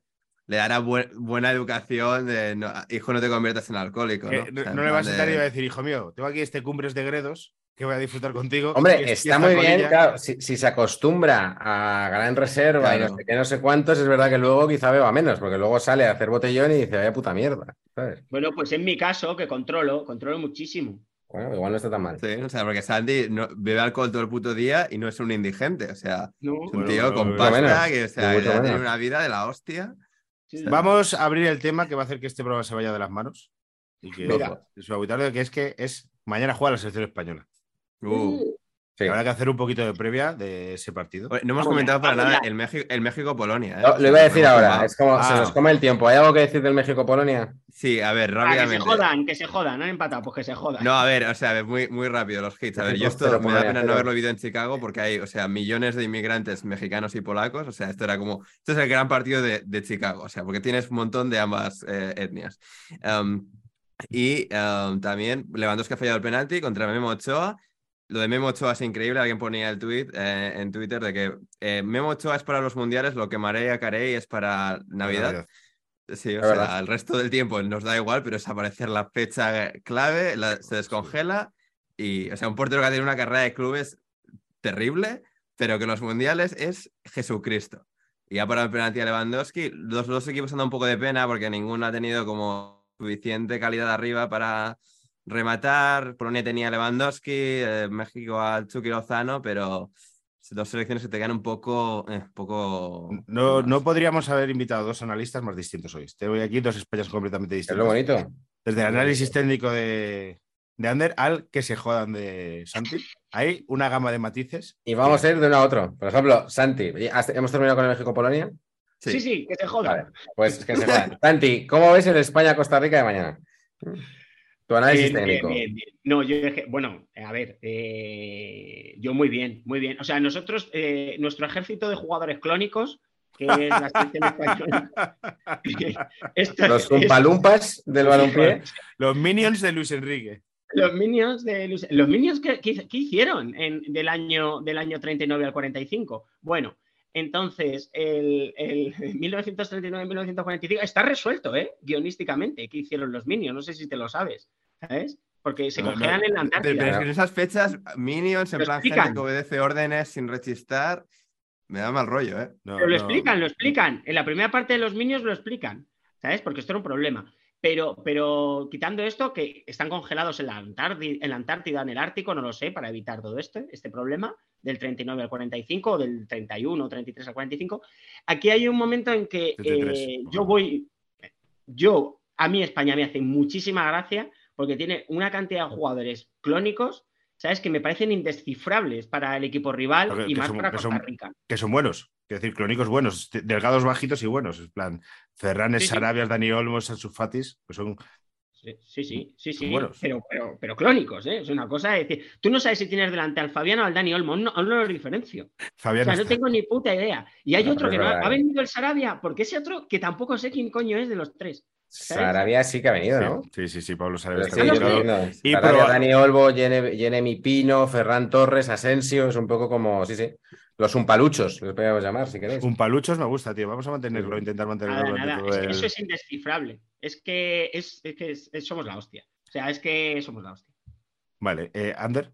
D: le dará buen- buena educación de no, hijo, no te conviertas en alcohólico. ¿no?
B: que
D: O sea,
B: Eh, no,
D: en
B: no le vas a
D: plan
B: sentar y
D: de-
B: le va a decir, hijo mío, tengo aquí este Cumbres de Gredos que voy a disfrutar contigo. Y-
C: Hombre,
B: y
C: está
B: esta
C: muy bien,
B: colilla".
C: claro. Si, si se acostumbra a ganar en reserva y
D: Claro.
C: no sé qué, no sé cuántos, es verdad que luego quizá beba menos, porque luego sale a hacer botellón y dice, vaya puta mierda. ¿sabes?
E: Bueno, pues en mi caso, que controlo, controlo muchísimo.
C: Bueno, igual no está tan mal.
D: Sí, o sea, porque Sandy no- bebe alcohol todo el puto día y no es un indigente. O sea,
E: ¿no?
D: es un
B: Bueno,
D: tío
B: bueno,
D: con
B: mucho
D: pasta
C: menos,
D: que o
C: ni
D: sea,
C: mucho
D: ha tenido
C: menos.
D: una vida de la hostia.
E: Sí.
B: Vamos a abrir el tema que va a hacer que este programa se vaya de las manos. Y que
D: Mira.
B: su aguitardo, que es que es mañana juega la selección española. Mm.
D: Uh.
C: Sí. Pues,
B: Habrá que hacer un poquito de previa de ese partido.
D: Oye, No hemos
E: Vamos
D: comentado
E: ya,
D: para
E: vamos
D: nada
E: ya.
D: el, México, el México-Polonia. ¿eh?
C: No,
D: O
C: lo
D: sea,
C: iba a decir
D: hemos
C: ahora,
D: tumbado.
C: es como se
B: Ah.
C: nos come el tiempo. ¿Hay algo que decir del México-Polonia?
D: Sí, a ver,
E: Ah, que se
D: rápidamente.
E: jodan, que se jodan, han empatado, pues que se jodan.
D: No, a ver, o sea, a ver, muy, muy rápido los hits. A ver, yo
C: México
D: esto
C: cero,
D: me da
C: Polonia
D: pena no
C: cero.
D: haberlo vivido en Chicago porque hay, o sea, millones de inmigrantes mexicanos y polacos. O sea, esto era como, esto es el gran partido de, de Chicago, o sea, porque tienes un montón de ambas eh, etnias. Em, y em, también Lewandowski ha fallado el penalti contra Memo Ochoa. Lo de Memo Ochoa es increíble. Alguien ponía el tweet eh, en Twitter de que eh, Memo Ochoa es para los mundiales, lo que Marea Carey es para Navidad. Sí, o
C: Es verdad.
D: sea, el resto del tiempo nos da igual, pero es aparecer la fecha clave, la- se descongela y, o sea, un portero que ha tenido una carrera de clubes terrible, pero que en los mundiales es Jesucristo. Y ha parado el penalti a Lewandowski. Los dos equipos han dado un poco de pena porque ninguno ha tenido como suficiente calidad arriba para rematar. Polonia tenía a Lewandowski, eh, México a Chucky Lozano, pero dos selecciones que te quedan un poco... eh, un poco
B: No, no podríamos haber invitado dos analistas más distintos hoy. Tengo aquí dos Españas completamente
C: Es lo
B: distintas.
C: bonito.
E: Pues
B: Desde el análisis técnico de, de Ander al que se jodan de Santi. Hay una gama de matices.
C: Y vamos a ir de uno a otro. Por ejemplo, Santi, ¿has- ¿hemos terminado con el México-Polonia?
E: sí. sí, que se jodan.
C: Vale, pues que se jodan. Santi, ¿cómo ves el España-Costa Rica de mañana? Tu análisis
E: Bien, bien,
C: Ah, técnico.
E: bien, bien. No, yo es que- bueno, eh, a ver, eh, yo muy bien, muy bien. O sea, nosotros, eh, nuestro ejército de jugadores clónicos, que es la selección española. Esto es-
C: Los cumpalumpas del balompié.
B: Los minions de Luis Enrique.
E: los minions de Luis- los minions que, que- que hicieron en- del año del año 39 al 45. Bueno, entonces el, el 1939-1945 está resuelto, ¿eh? Guionísticamente, que hicieron los minions. No sé si te lo sabes, ¿sabes? Porque se
B: No, no,
E: congelan en la
D: Pero, pero
E: Antártida.
D: es que en esas fechas, Minions, en
E: Lo
D: plan
E: explican.
D: gente que obedece órdenes sin rechistar, Me da mal rollo, ¿eh?
B: No,
E: Pero
B: no.
E: lo explican, lo explican. En la primera parte de los Minions lo explican, ¿sabes? Porque esto era un problema. Pero, pero quitando esto, que están congelados en la, Antárti- en la Antártida, en el Ártico, no lo sé, para evitar todo esto, este problema del 39 al 45 o del 31 o 33 al 45. Aquí hay un momento en que eh,
B: 33, por
E: yo
B: favor.
E: voy, yo, a mí España me hace muchísima gracia porque tiene una cantidad de jugadores clónicos, ¿sabes? Que me parecen indescifrables para el equipo rival
B: Porque-
E: y
B: que
E: más
B: son-
E: para
B: que
E: Costa
B: son-
E: Rica.
B: Que son buenos. Quiero decir, clónicos buenos, te- delgados, bajitos y buenos. En plan, Ferranes,
E: Sí, sí.
B: Sarabias, Dani Olmos, Ansu Fatis, pues son
E: Sí, sí, sí, sí,
B: Son
E: sí,
B: buenos.
E: Pero, pero, pero clónicos, ¿eh? Es una cosa de decir, tú no sabes si tienes delante al Fabián o al Dani Olmo, aún no, aún no lo diferencio. O
B: Fabián.
E: sea, no
B: está-
E: tengo ni puta idea. Y hay
C: No,
E: otro
C: es
E: que no ha,
C: verdad,
E: ha
C: ¿eh?
E: venido el Sarabia, porque ese otro que tampoco sé quién coño es de los tres. ¿sabes?
C: Sarabia sí que ha venido, ¿no?
B: Sí, sí, sí, Pablo Sarabia
C: Pero
B: está
C: sí,
E: bien,
C: yo
E: claro.
B: convocado.
C: entiendo.
B: Y
C: Sarabia,
B: proba-
C: Dani Olbo, Jene- Jeremy Pino, Ferran Torres, Asensio, es un poco como, sí, sí, los umpaluchos, los podríamos llamar, si queréis.
B: Un paluchos me gusta, tío. Vamos a mantenerlo, intentar mantenerlo
E: Nada,
B: durante
E: nada.
B: todo
E: Es-
B: el-
E: Eso es indescifrable. Es que, es, es que es- es- somos la hostia. O sea, es que somos la hostia.
B: Vale, eh, Ander,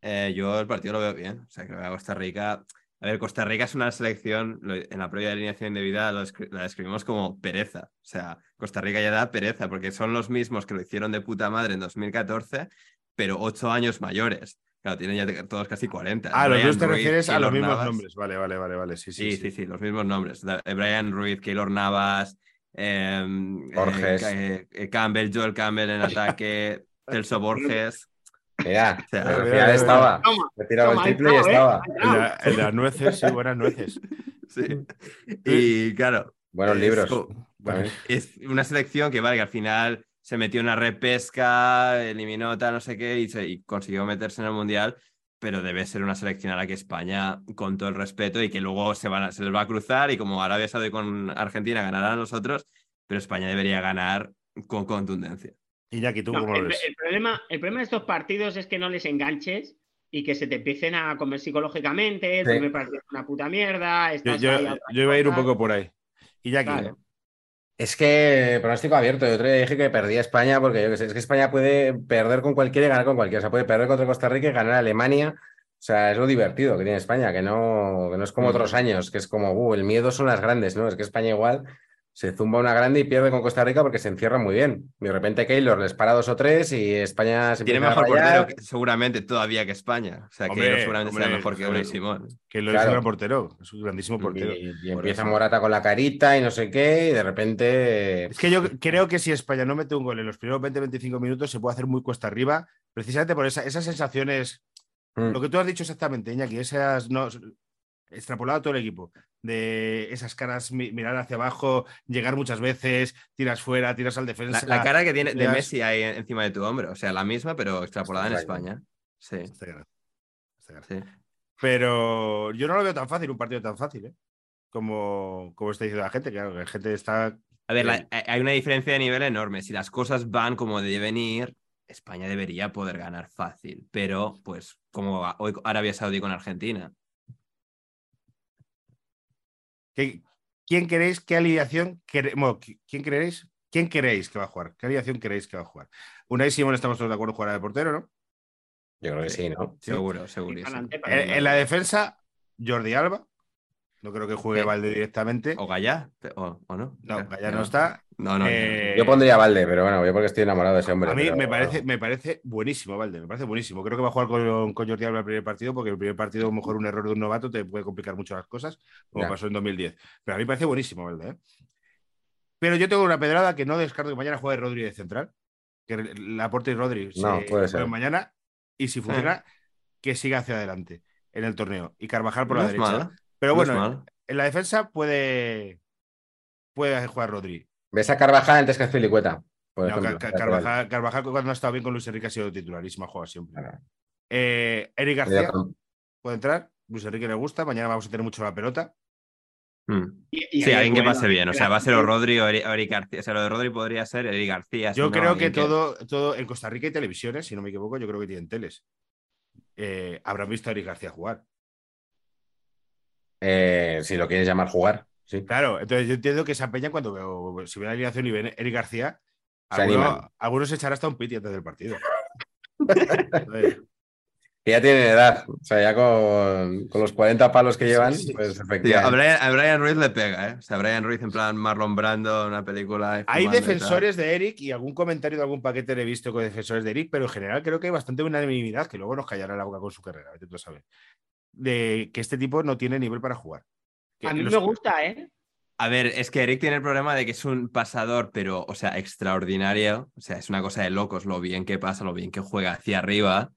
D: Eh, yo el partido lo veo bien. O sea, creo que a Costa Rica. A ver, Costa Rica es una selección. lo- En la previa alineación de vida lo descri- la describimos como pereza. O sea, Costa Rica ya da pereza porque son los mismos que lo hicieron de puta madre en 2014, pero ocho años mayores. Claro, tienen ya te- todos casi 40.
B: Ah, los
D: Brian
B: dos te
D: Ruiz,
B: refieres a
D: Keylor
B: los mismos
D: Navas.
B: nombres. Vale, vale, vale, vale. Sí, sí,
D: Sí, sí, sí, los mismos nombres. Da- eh, Brian Ruiz, Keylor Navas, em, eh,
C: Borges.
D: Ca- eh, eh, Campbell, Joel Campbell en ataque, Celso Borges.
C: Mira,
D: sea,
C: al
B: mira,
C: final
B: mira, mira.
C: estaba.
E: Toma,
C: Me tiraba el
E: toma, ahí
C: triple y
E: está, ¿eh?
C: estaba.
E: Ahí
B: El
E: está.
B: de, el de las nueces, sí, buenas nueces.
D: Sí. Y claro,
C: Buenos
D: es
C: libros.
D: co-
B: Vale.
D: Es una selección que, vale, que al final se metió en una repesca, eliminó tal, no sé qué, y, se- y consiguió meterse en el Mundial, pero debe ser una selección a la que España, con todo el respeto, y que luego se, van a- se les va a cruzar, y como Arabia Saudí con Argentina ganarán los otros, pero España debería ganar con contundencia.
B: Iñaki, ¿tú
E: No,
B: cómo
E: el,
B: lo ves?
E: el problema, el problema de estos partidos es que no les enganches y que se te empiecen a comer psicológicamente, el
C: Sí.
E: primer partido es una puta mierda,
B: Yo,
E: estás
B: yo-
E: ahí a otra
B: yo iba a ir un
E: cosa.
B: poco por ahí. Iñaki,
E: Claro.
C: Es que eh, pronóstico abierto. Yo otro día dije que perdía España porque yo qué sé, es que España puede perder con cualquiera y ganar con cualquiera. O sea, puede perder contra Costa Rica y ganar a Alemania. O sea, es lo divertido que tiene España, que no, que no es como
D: Mm.
C: otros años, que es como, uh, el miedo son las grandes, ¿no? Es que España igual se zumba una grande y pierde con Costa Rica porque se encierra muy bien. Y de repente Keylor les para dos o tres y España se
D: Tiene
C: empieza a
D: mejor
C: rayar.
D: portero, que- seguramente, todavía que España. O sea, que
B: Hombre,
D: ellos seguramente será
B: hombre,
D: mejor que
B: joder.
D: Unai Simón.
B: que lo es
C: Claro.
B: un gran portero, es un grandísimo portero.
C: Y, y
B: por
C: empieza
B: eso.
C: Morata con la carita y no sé qué, y de repente.
B: Es que yo creo que si España no mete un gol en los primeros 20-25 minutos, se puede hacer muy cuesta arriba, precisamente por esa- esas sensaciones
C: Mm.
B: Lo que tú has dicho exactamente, Iñaki, esas no, extrapolado a todo el equipo, de esas caras, mi- mirar hacia abajo, llegar muchas veces, tiras fuera, tiras al
D: La,
B: defensa.
D: la cara que tiene de
B: Leas-
D: Messi ahí encima de tu hombro, o sea, la misma, pero extrapolada en
C: Exacto.
D: España. Sí,
B: Está claro, está claro.
D: sí.
B: Pero yo no lo veo tan fácil, un partido tan fácil, ¿eh? Como, como está diciendo la gente, claro, que la gente está.
D: A ver, la-
B: Eh,
D: hay una diferencia de nivel enorme. Si las cosas van como deben ir, España debería poder ganar fácil. Pero, pues, como a- hoy Arabia Saudí con Argentina.
B: ¿Qué- ¿Quién queréis? ¿Qué alineación? quere- bueno, qui- ¿Quién queréis? ¿Quién queréis que va a jugar? ¿Qué alineación queréis que va a jugar? Unai Simón estamos todos de acuerdo jugará de portero, ¿no?
C: Yo creo que sí, ¿no?
B: Sí.
D: Seguro, segurísimo.
E: Adelante, para
B: En, Eh, en la defensa, Jordi Alba. No creo que juegue
D: Sí.
B: Valde directamente.
D: O Gallá, o, o no.
B: No,
D: Claro,
B: Gaya
D: ya
B: no está.
D: No, no.
B: Eh,
C: Yo pondría a Valde, pero bueno, yo porque estoy enamorado de ese hombre.
B: A mí
C: pero-
B: me parece, me parece buenísimo, Valde, me parece buenísimo. Creo que va a jugar con, con Jordi Alba el primer partido, porque el primer partido, a lo mejor un error de un novato te puede complicar mucho las cosas, como
C: Ya.
B: pasó en 2010. Pero a mí me parece buenísimo, Valde. ¿eh? Pero yo tengo una pedrada que no descarto que mañana juegue Rodri de central, que Laporte y Rodri se
C: No, puede ser.
B: jueguen mañana, y
D: Eh.
B: si funciona, que siga hacia adelante en el torneo, y Carvajal por
D: no
B: la
D: es
B: derecha.
D: mal,
B: Pero bueno,
D: no es mal.
B: en la defensa puede, puede jugar Rodri.
C: Ves a Carvajal antes que a Zuilicueta. Por
B: No,
C: ejemplo,
B: Car- Car-
C: lateral.
B: Carvajal, Carvajal cuando ha estado bien con Luis Enrique ha sido titular y se me ha jugado siempre.
C: Claro.
B: Eh, Eric
C: Medio
B: García
C: campo.
B: puede entrar. Luis Enrique le gusta. Mañana vamos a tener mucho la pelota.
D: Mm.
E: Y- y
D: Sí,
E: ahí
D: alguien que
E: vuelve
D: pase bien. O sea, va a ser o Rodri o Eri, o Eric García. O sea, lo de Rodri podría ser Eric García.
B: Yo
D: si no,
B: creo que
D: alguien
B: todo, todo en Costa Rica hay televisiones, si no me equivoco, yo creo que tienen teles. Eh, habrán visto a Eric García jugar.
C: Eh, si lo quieres llamar jugar. Sí.
B: Claro, entonces yo entiendo que se apeñan cuando veo, si veo la alineación y ven Eric García,
C: Se
B: alguno-
C: animan.
B: algunos se echará hasta un piti antes del partido. Entonces,
C: que ya tienen edad. O sea, ya con, con los 40 palos que llevan,
B: Sí, sí.
C: pues
D: Tío, a,
C: efectivamente.
D: Brian, a Brian Ruiz le pega, ¿eh? O sea, Brian Ruiz en plan Marlon Brando, una película. ahí
B: Hay
D: fumando y tal.
B: defensores de Eric y algún comentario de algún paquete le he visto con defensores de Eric, pero en general creo que hay bastante unanimidad, que luego nos callará la boca con su carrera, vete tú a saber, de que este tipo no tiene nivel para jugar. Que
E: A mí
B: los-
E: me gusta, ¿eh?
D: A ver, es que Eric tiene el problema de que es un pasador, pero, o sea, extraordinario. O sea, es una cosa de locos lo bien que pasa, lo bien que juega hacia arriba.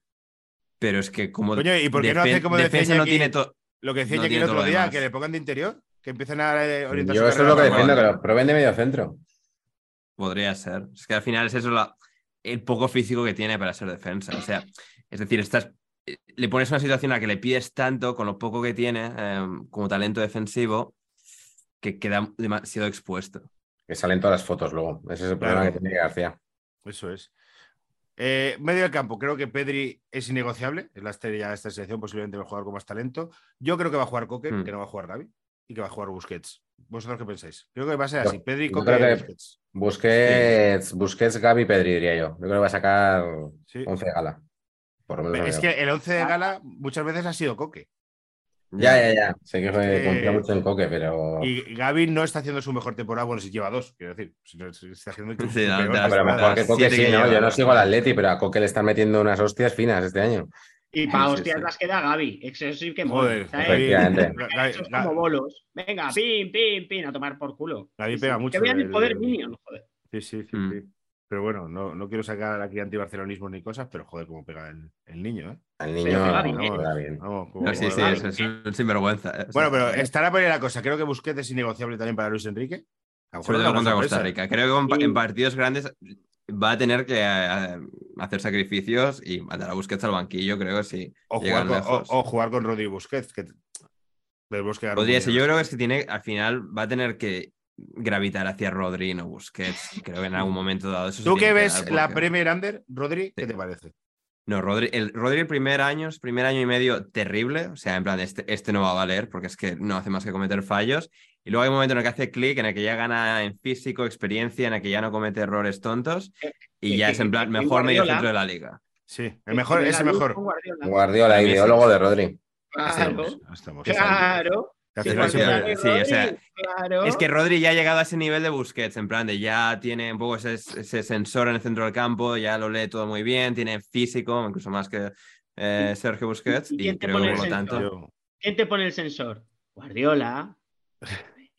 D: Pero es que como.
B: Coño, ¿y por qué no
D: defen-
B: hace como decía
D: defensa no
B: Iñaki?
D: tiene todo.
B: Lo que decía
D: No
B: Jackie
D: tiene
B: el otro
D: todo lo
B: día,
D: demás.
B: que le pongan de interior, que empiecen a eh, orientar
C: Yo
B: su
C: eso es
B: carrera
C: lo que
B: para
C: defiendo, que
B: jugar.
C: lo prueben de medio centro.
D: Podría ser. Es que al final es eso la- el poco físico que tiene para ser defensa. O sea, es decir, estás, eh, le pones una situación a la que le pides tanto con lo poco que tiene eh, como talento defensivo que queda demasiado expuesto.
C: Que salen todas las fotos luego. Ese es el problema
B: Claro.
C: que tiene García.
B: Eso es. Eh, medio del campo, creo que Pedri es innegociable, es la estrella de esta selección, posiblemente el jugador con más talento. Yo creo que va a jugar Coque,
C: Hmm.
D: Mm.
B: que no va a jugar David, y que va a jugar Busquets. ¿Vosotros qué pensáis? Creo que va a ser
C: Yo-
B: así, Pedri,
C: yo
B: Coque
C: creo
B: y
C: que-
B: Busquets.
C: Busquets, Busquets, Gaby, Pedri, diría yo. Yo creo que va a sacar
B: Sí.
C: 11 de gala. Por lo menos.
B: Pero
C: lo
B: Es
C: veo.
B: que el 11 de
E: Ah.
B: gala muchas veces ha sido Coque.
C: Ya, ya, ya. Sé que
B: Es que-
C: eh, confía mucho en Coque, pero.
B: Y Gaby no es- está haciendo su mejor temporada, bueno, si lleva dos, quiero decir. Si no, si está haciendo incluso
D: Sí, no,
B: peor
D: te-
B: la
C: Ah, Pero
B: temporada.
C: mejor que
D: las
C: Coque
D: siete
C: sí,
D: que
C: ¿no?
D: lleva.
C: Yo no sigo al Atleti, pero a Coque le están metiendo unas hostias finas este año.
E: Y
D: Sí,
E: para
D: sí,
E: hostias
D: sí.
E: las queda Gaby. Eso sí que mola,
B: Joder,
E: ¿sabes?
B: Gaby-
C: Efectivamente.
B: Gaby-
E: Eso es
B: Gaby-
E: como bolos. Venga, pim, pim, pim, a tomar por culo.
B: Gaby pega mucho,
E: Que vean el
B: el-
E: poder minion, joder.
B: Sí, sí, sí,
D: Mm.
B: sí. Pero bueno, no, no quiero sacar aquí antibarcelonismo ni cosas, pero joder, cómo pega el, el niño, ¿eh?
C: Al niño
E: Pero que va
C: no,
E: bien.
C: va bien.
B: Vamos, cómo-
D: No, sí,
B: cómo
D: sí,
B: va.
D: es, es un sinvergüenza. eh. O sea,
B: Bueno, pero estará por ahí la cosa. Creo que Busquets es innegociable también para Luis Enrique. A lo mejor
D: Sobre
B: da
D: todo
B: una
D: contra
B: sorpresa.
D: Costa Rica. Creo que con pa-
E: Sí.
D: en partidos grandes va a tener que eh, hacer sacrificios y mandar a Busquets al banquillo, creo, si
B: O jugar,
D: llegan
B: con, o,
D: lejos.
B: o jugar con Rodri y Busquets. Que tenemos que ganar
D: Podría
B: un
D: ser. Yo
B: mundial.
D: creo que es que tiene, al final va a tener que gravitar hacia Rodri, no Busquets. Creo que en algún momento dado eso se
B: ¿Tú
D: tiene
B: qué
D: que
B: ves
D: dar,
B: la
D: porque-
B: Premier Under, Rodri? ¿Qué
D: Sí.
B: te parece?
D: No, Rodri, el Rodri el primer año, es primer año y medio terrible, o sea, en plan, este, este no va a valer porque es que no hace más que cometer fallos. Y luego hay un momento en el que hace clic, en el que ya gana en físico, experiencia, en el que ya no comete errores tontos y
E: Eh,
D: ya
E: eh,
D: es en plan
E: eh,
D: mejor medio
E: Guardiola.
D: centro de la liga.
B: Sí, el mejor, es el
E: Bengalú
B: mejor.
E: con Guardiola.
C: Guardiola,
D: Para mí
C: ideólogo de Rodri.
E: Claro,
B: Estamos, estamos.
E: claro.
B: Al
D: Sí,
E: Sí,
B: final siempre-
E: Guardiola y
D: sí, o sea,
E: Rodri, claro.
D: Es que Rodri ya ha llegado a ese nivel de Busquets, en plan de ya tiene un poco ese, ese sensor en el centro del campo, ya lo lee todo muy bien, tiene físico, incluso más que eh, Sergio Busquets,
E: ¿Y
D: y,
E: quién te
D: creo que
E: pone
D: por
E: el
D: lo tanto...
E: sensor?
B: Yo-
E: ¿Quién te pone el sensor? Guardiola.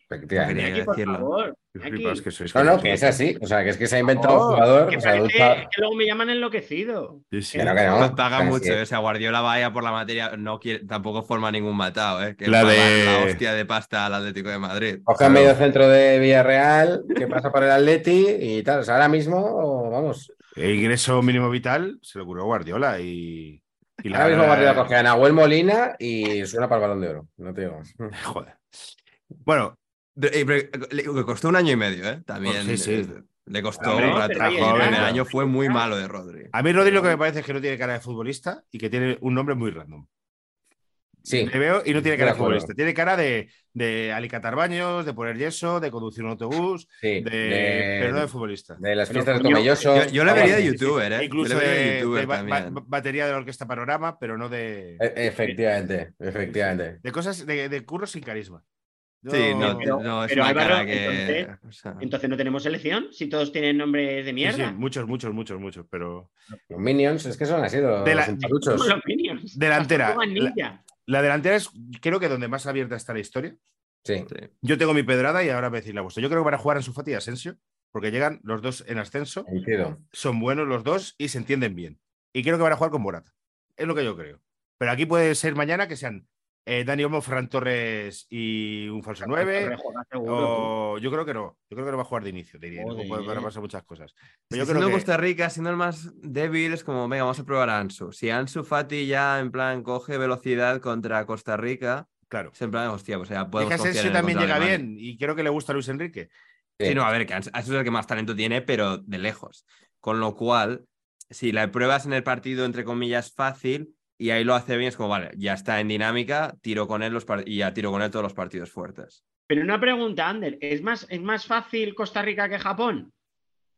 C: Efectivamente.
D: Tenía que
E: Iñaki, por
D: decirlo.
E: favor.
B: qué
E: Iñaki.
B: flipados que sois.
C: No, no,
B: cabrones.
C: que es así. O sea, que es que se ha inventado
E: Oh,
C: un jugador.
E: Que
C: O sea,
E: parece
C: adulta-
E: que luego me llaman enloquecido.
B: Sí, sí.
C: Que no, que no.
D: Paga
C: Así
D: mucho, eh,
C: es.
D: o sea, Guardiola vaya por la materia, no quiere, tampoco forma ningún matado, ¿eh? Que
B: La
D: paga
B: de-
D: la hostia de pasta al Atlético de Madrid.
C: Coge a medio centro de Villarreal, que pasa por el Atleti y tal. O sea, ahora mismo, vamos.
B: E ingreso mínimo vital se le ocurrió a Guardiola y. y
C: Ahora mismo Guardiola coge a Nahuel Molina
D: Ah.
C: y suena para el balón de oro. No te digo.
B: Joder. Bueno,
D: Pero- eh, pero le le costó un año y medio, ¿eh? También
B: Sí, sí.
D: eh, le costó
E: Hombre,
D: un rato.
E: pero ahí
D: el primer
B: está.
D: año fue muy malo de Rodri.
B: a mí Rodri lo que me parece es que no tiene cara de futbolista y que tiene un nombre muy random.
C: Sí.
B: Le veo y no tiene cara
C: De
B: de
C: acuerdo.
B: futbolista. Tiene cara de, de alicatar baños, de poner yeso, de conducir un autobús,
C: Sí,
B: de,
C: de,
B: pero no de futbolista.
C: de las
B: Pero
C: fiestas de
B: coño,
C: Tomelloso.
D: Yo, yo le vería de
B: Ah, sí, sí, sí.
D: youtuber, ¿eh?
B: E Incluso
D: yo le vería de
B: de,
D: youtuber
B: de ba-
D: también.
B: ba- batería de la orquesta Panorama, pero no de.
C: E- Efectivamente, efectivamente.
B: De cosas, de, de curros sin carisma. Yo-
D: Sí, no,
E: Pero-
D: no es
E: pero
D: una
E: Álvaro,
D: cara que...
E: entonces-
D: o sea,
E: Entonces no tenemos selección si todos tienen nombres de
B: Sí, sí,
E: mierda.
B: muchos, muchos, muchos, muchos, pero.
C: Los Minions, es que son así los
B: De la-
C: chuparuchos.
E: Como los Minions.
B: Delantera.
E: Las tortugas ninja.
B: La delantera es, creo que donde más abierta está la historia.
C: Sí.
D: sí.
B: Yo tengo mi pedrada y ahora voy a decir la vuestra. Yo creo que van a jugar en Sufati y Asensio, porque llegan los dos en ascenso,
C: Coincido.
B: son buenos los dos y se entienden bien. Y creo que van a jugar con Morata. Es lo que yo creo. Pero aquí puede ser mañana que sean eh, Dani Olmo, Fran Torres y un
D: Ah,
B: falso 9.
E: Rejuega seguro.
B: O yo creo que no. Yo creo que no va a jugar de inicio. Diría. No
E: Joder.
B: puede- van a pasar muchas cosas.
D: Si
B: Pero yo
D: siendo
B: creo que.
D: Costa Rica, siendo el más débil, es como, venga, vamos a probar a Ansu. Si Ansu Fati ya, en plan, coge velocidad contra Costa Rica,
B: Claro.
D: es en plan, hostia, pues ya
B: Y
D: podemos
B: que
D: confiar en
B: Asensio
D: el
B: también
D: contra
B: llega
D: Alemania.
B: bien y creo que le gusta a Luis Enrique.
D: Sí,
C: Sí.
D: no, a ver, que Ansu Ansu es el que más talento tiene, pero de lejos. Con lo cual, si la pruebas en el partido, entre comillas, fácil, y ahí lo hace bien, es como, vale, ya está en dinámica, tiro con él los par- y ya tiro con él todos los partidos fuertes.
E: Pero una pregunta, Ander. ¿Es más, ¿Es más fácil Costa Rica que Japón?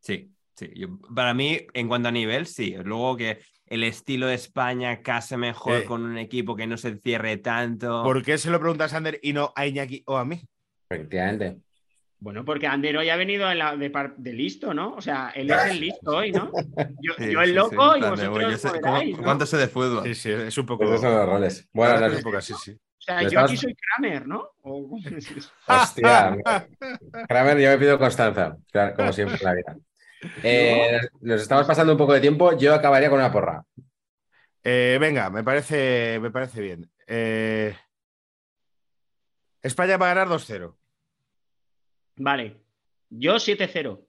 D: Sí, sí. yo- para mí, en cuanto a nivel, sí. Luego que el estilo de España case mejor
B: Eh.
D: con un equipo que no se cierre tanto.
B: ¿Por qué se lo pregunta a Sander y no a Iñaki o a mí?
C: Efectivamente.
E: Bueno, porque Ander hoy ha venido en la- de, par- de listo, ¿no? O sea, él es el listo hoy, ¿no? Yo,
D: Sí,
E: yo el
D: sí,
E: loco
D: sí, en plan
E: y
D: de,
E: vosotros
D: "Oye, yo sé-
E: moderáis,
D: ¿cómo-
E: ¿no?
D: ¿Cuánto sé de fútbol?
B: Sí, sí, es un poco.
C: Pues esos son los roles. Bueno,
B: Ahora
C: las-
B: es un poco así, Ah, sí.
E: O sea,
C: ¿Le
E: yo
C: estás-
E: aquí soy Kramer, ¿no? O-
C: Hostia. Kramer, yo me pido constanza, claro, como siempre en la vida. Eh, Nos estamos pasando un poco de tiempo. Yo acabaría con una porra.
B: Eh, venga, me parece, me parece bien. Eh, España va a ganar 2-0.
E: Vale. Yo 7-0.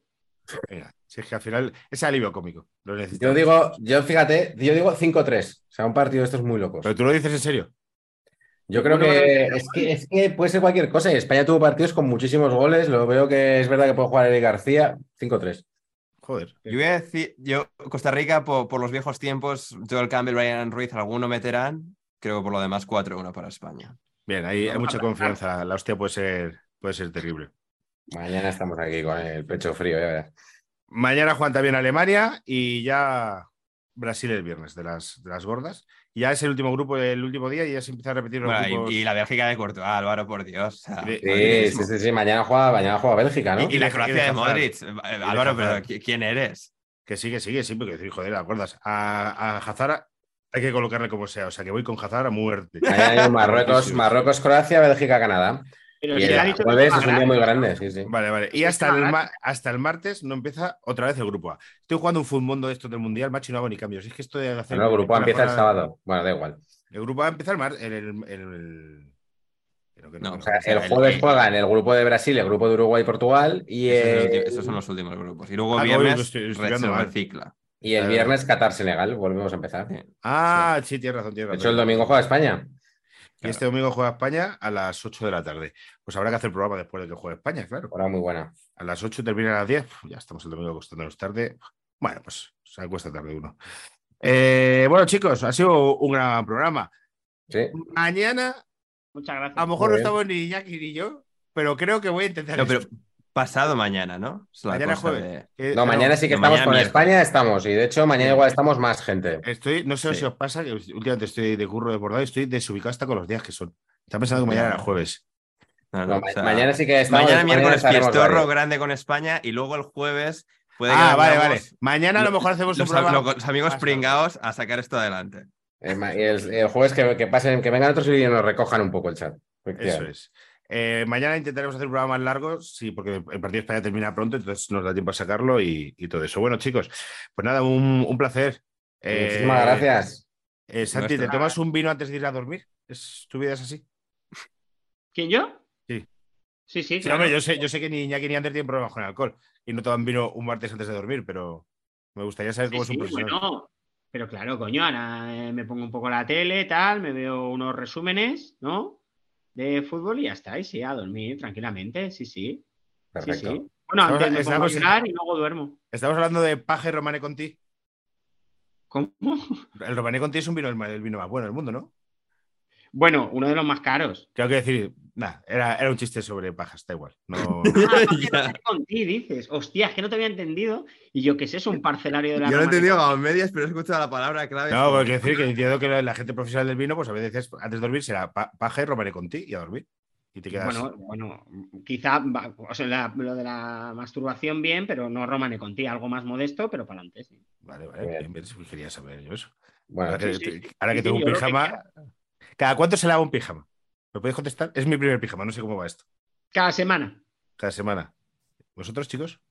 B: Venga, si es que al final es alivio cómico. Lo
C: Yo
B: necesitamos.
C: digo, yo fíjate, yo digo 5-3. O sea, un partido de estos muy locos.
B: Pero tú lo dices en serio.
C: Yo creo
E: Uno va a
C: que
E: decir,
C: es, que es que puede ser cualquier cosa. España tuvo partidos con muchísimos goles. Lo veo que es verdad que puede jugar Eric García. 5-3.
B: Joder.
D: Yo voy a decir, yo, Costa Rica, por, por los viejos tiempos, Joel Campbell, Ryan Ruiz, alguno meterán. Creo que por lo demás, 4-1 para España.
B: Bien, ahí hay
E: Vamos
B: mucha
E: a-
B: confianza. La hostia puede ser, puede ser terrible.
C: Mañana estamos aquí con el pecho frío, ya verás.
B: Mañana Juan también Alemania y ya Brasil el viernes de las, de las gordas. Ya es el último grupo, el último día y ya se empieza a repetir los
D: Bueno, y-
B: grupos.
D: y, la Bélgica de Courtois, Álvaro, por Dios. o sea,
B: Sí,
C: Sí, sí, sí, sí. Mañana juega, mañana juega Bélgica, ¿no?
D: y, y la
B: Y de- y
D: Croacia
B: de
D: de
B: Hazard.
D: Modric. Eh, Álvaro,
B: Hazard.
D: pero ¿qui- ¿quién eres?
B: Que sí, que sí, que sí, porque decir, joder, las gordas. A, a Hazara hay que colocarle como sea. O sea, que voy con Hazara a muerte.
C: Mañana hay Marruecos,
B: Sí, sí.
C: Marruecos, Croacia, Bélgica, Canadá.
E: Pero
C: Y
E: si te ha
C: el
E: dicho que
C: jueves
E: va a
C: es un día
E: ganar,
C: muy grande, sí, sí.
B: Vale, vale. Y
E: Es
B: hasta
E: una
B: el, ma- hasta el martes no empieza otra vez el grupo A. Estoy jugando un fútbol de estos del Mundial, macho, y no hago ni cambios. Es que esto de hacer.
C: No, el grupo
B: una
C: empieza el
B: jornada-
C: sábado. Bueno, da igual.
B: El grupo A empieza el martes. El, el- el- creo que
D: No,
B: que
D: o
C: O sea,
B: que
C: el
D: el-
C: jueves
E: eh,
D: el-
C: juegan el grupo de Brasil, el grupo de Uruguay y Portugal. Y el,
D: Esos, son los ulti- esos son los últimos grupos. Y luego
B: Ah, no,
D: viernes,
B: yo estoy- estoy
D: Red
B: viendo
D: Bull
B: mal.
D: Cicla.
C: y el viernes Qatar-Senegal. Volvemos a empezar.
D: Sí.
C: De
B: Ah, sí, tienes razón, tienes razón.
C: hecho, el domingo juega España.
B: Y este domingo juega España a las 8 de la tarde. Pues habrá que hacer programa después de que juegue España, claro.
C: Hora muy buena.
B: A las 8 termina a las 10. Ya estamos el domingo acostándonos tarde. Bueno, pues se acuesta tarde uno. Eh, bueno, chicos, ha sido un gran programa.
C: Sí.
B: Mañana,
E: Muchas
B: a lo
E: gracias.
B: mejor no
C: Muy bien.
B: estamos ni Iñaki ni yo, pero creo que voy a intentar.
D: No, pero
B: esto.
D: pasado mañana, ¿no? Es la
B: Mañana
D: cosa
B: jueves.
D: de-
B: Que-
C: No,
B: pero
C: mañana sí que
D: no,
C: estamos
D: mañana
C: con
D: miércoles.
C: España, estamos. Y de hecho, mañana igual estamos más gente.
B: Estoy, no sé
D: Sí.
B: si os pasa, que últimamente estoy de curro desbordado y estoy desubicado hasta con los días que son. Estaba pensando que mañana era jueves.
D: No, no,
C: No,
D: o
C: ma-
D: sea,
C: mañana sí que estamos.
D: mañana miércoles
C: estaremos
D: fiestorro
C: varios.
D: grande con España y luego el jueves puede que
B: Ah, vale,
D: vengamos
B: vale. Mañana a lo
D: lo-
B: mejor hacemos un
D: Los,
B: programa.
D: los amigos
B: Pasa.
D: pringados a sacar esto adelante.
C: Eh, ma- y El, el jueves que, que pasen, que vengan otros y nos recojan un poco el chat.
B: Eso es. Eh, mañana intentaremos hacer un programa más largo, sí, porque el partido de España termina pronto, entonces nos da tiempo a sacarlo y, y todo eso. Bueno, chicos, pues nada, un, un placer. Eh,
C: Muchísimas gracias.
B: eh, Santi, ¿te
D: Nuestra-
B: tomas un vino antes de ir a dormir? ¿Es, ¿Tu vida es así?
E: ¿Quién yo?
B: Sí.
E: Sí, sí.
B: Sí,
E: claro.
B: hombre, yo sé, yo sé que ni Iñaki ni Ander tienen problemas con el alcohol y no toman vino un martes antes de dormir, pero me gustaría saber
E: Sí,
B: cómo es
E: sí,
B: un profesional.
E: bueno. Pero claro, coño, ahora eh, me pongo un poco la tele, tal, me veo unos resúmenes, ¿no? De fútbol y ya está, y sí, a dormir tranquilamente, sí, sí. sí,
C: Perfecto.
E: sí. Bueno,
B: Ahora
E: antes me pongo a
B: estamos-
E: llorar y luego duermo.
B: Estamos hablando de Paje Romane Conti.
E: ¿Cómo?
B: El Romane Conti es un vino, el, ma- el vino más bueno del mundo, ¿no?
E: Bueno, uno de los más caros.
B: Tengo que decir, nada, era, era un chiste sobre pajas, da igual. No...
E: Ah, papi, no sé con ti, dices. Hostia, es que no te había entendido. Y yo, ¿qué es eso? Un parcelario de la Roma-
D: a medias, pero he escuchado la palabra clave.
B: No, porque quiero decir que entiendo que la, la gente profesional del vino, pues a veces antes de dormir será pa- paja y romaré con ti y a dormir. Y te quedas.
E: Bueno, bueno, quizá va- o sea, la- lo de la masturbación bien, pero no romane con ti, algo más modesto, pero para adelante. sí.
B: vale, vale,
C: Bien.
B: bien, bien, sí, quería saber yo eso.
C: Bueno,
B: ahora que,
E: Ah, sí, sí, sí.
B: ahora que
E: Sí,
B: tengo
E: sí,
B: un
E: yo lo que
B: pijama. ¿Cada cuánto se lava un pijama? ¿Me podéis contestar? Es mi primer pijama, no sé cómo va esto.
E: Cada semana.
B: Cada semana. ¿Vosotros, chicos?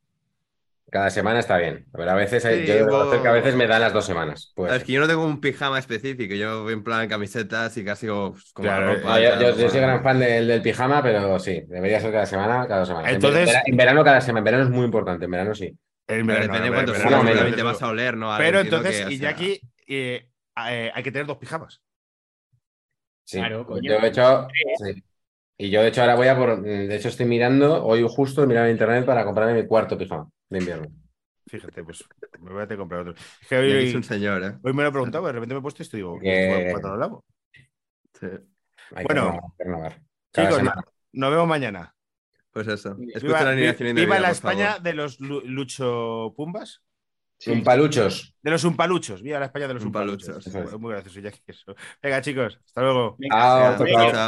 C: cada semana está bien. Pero a veces, hay-
D: Sí,
C: yo debo
D: bo-
C: reconocer que a veces me dan las dos semanas. Pues.
D: Es que yo no tengo un pijama específico, yo voy en plan camisetas y casi como, pues, como
B: Claro,
D: la
B: eh,
D: ropa.
C: No, yo,
D: tal,
C: yo- yo
D: como-
C: soy gran fan del, del pijama, pero sí, debería ser cada semana, cada dos semanas. En
B: Entonces-
C: vera- en verano cada semana, en verano es muy importante, en verano sí.
B: El
D: Pero
B: verano,
D: Eh, depende de
B: el verano,
D: cuántos años,
B: el
C: seguramente
D: obviamente
B: verano,
D: vas a oler, ¿no? Ahora
B: Pero
D: entiendo
B: entonces,
D: que, o sea,
B: Iñaki, eh, a- eh, hay que tener dos pijamas.
C: Sí,
E: Claro,
C: pues
E: coño. ¿eh?
C: yo de hecho, sí. Y yo de hecho ahora voy a por, mm, de hecho estoy mirando, hoy justo he mirado en internet para comprarme mi cuarto pijama de invierno.
B: Fíjate, pues me voy a tener que comprar otro. Es que
D: Iñaki es un
B: hoy,
D: señor, ¿eh?
B: hoy me lo he preguntado, de repente me he puesto esto y digo,
C: Que-
B: ¿cuándo lo lavo?
D: Sí.
C: Hay
B: Bueno.
C: que renovar, renovar. Cada
B: Chicos,
C: semana.
B: nos vemos mañana.
D: Pues eso.
E: Viva-
D: Escucha la
B: vi-
D: alineación
B: viva
D: indebida,
B: la
D: por favor.
B: España de los Lu- Lucho Pumbas.
E: Sí.
C: Un paluchos.
B: De los umpaluchos, mira la España de los
D: Umpaluchos,
B: umpaluchos.
C: eso es.
B: Muy gracioso, Jackie, eso. Venga, chicos, hasta luego.
E: Venga,
C: Ah,
D: Chao,
C: tocado.
D: chao.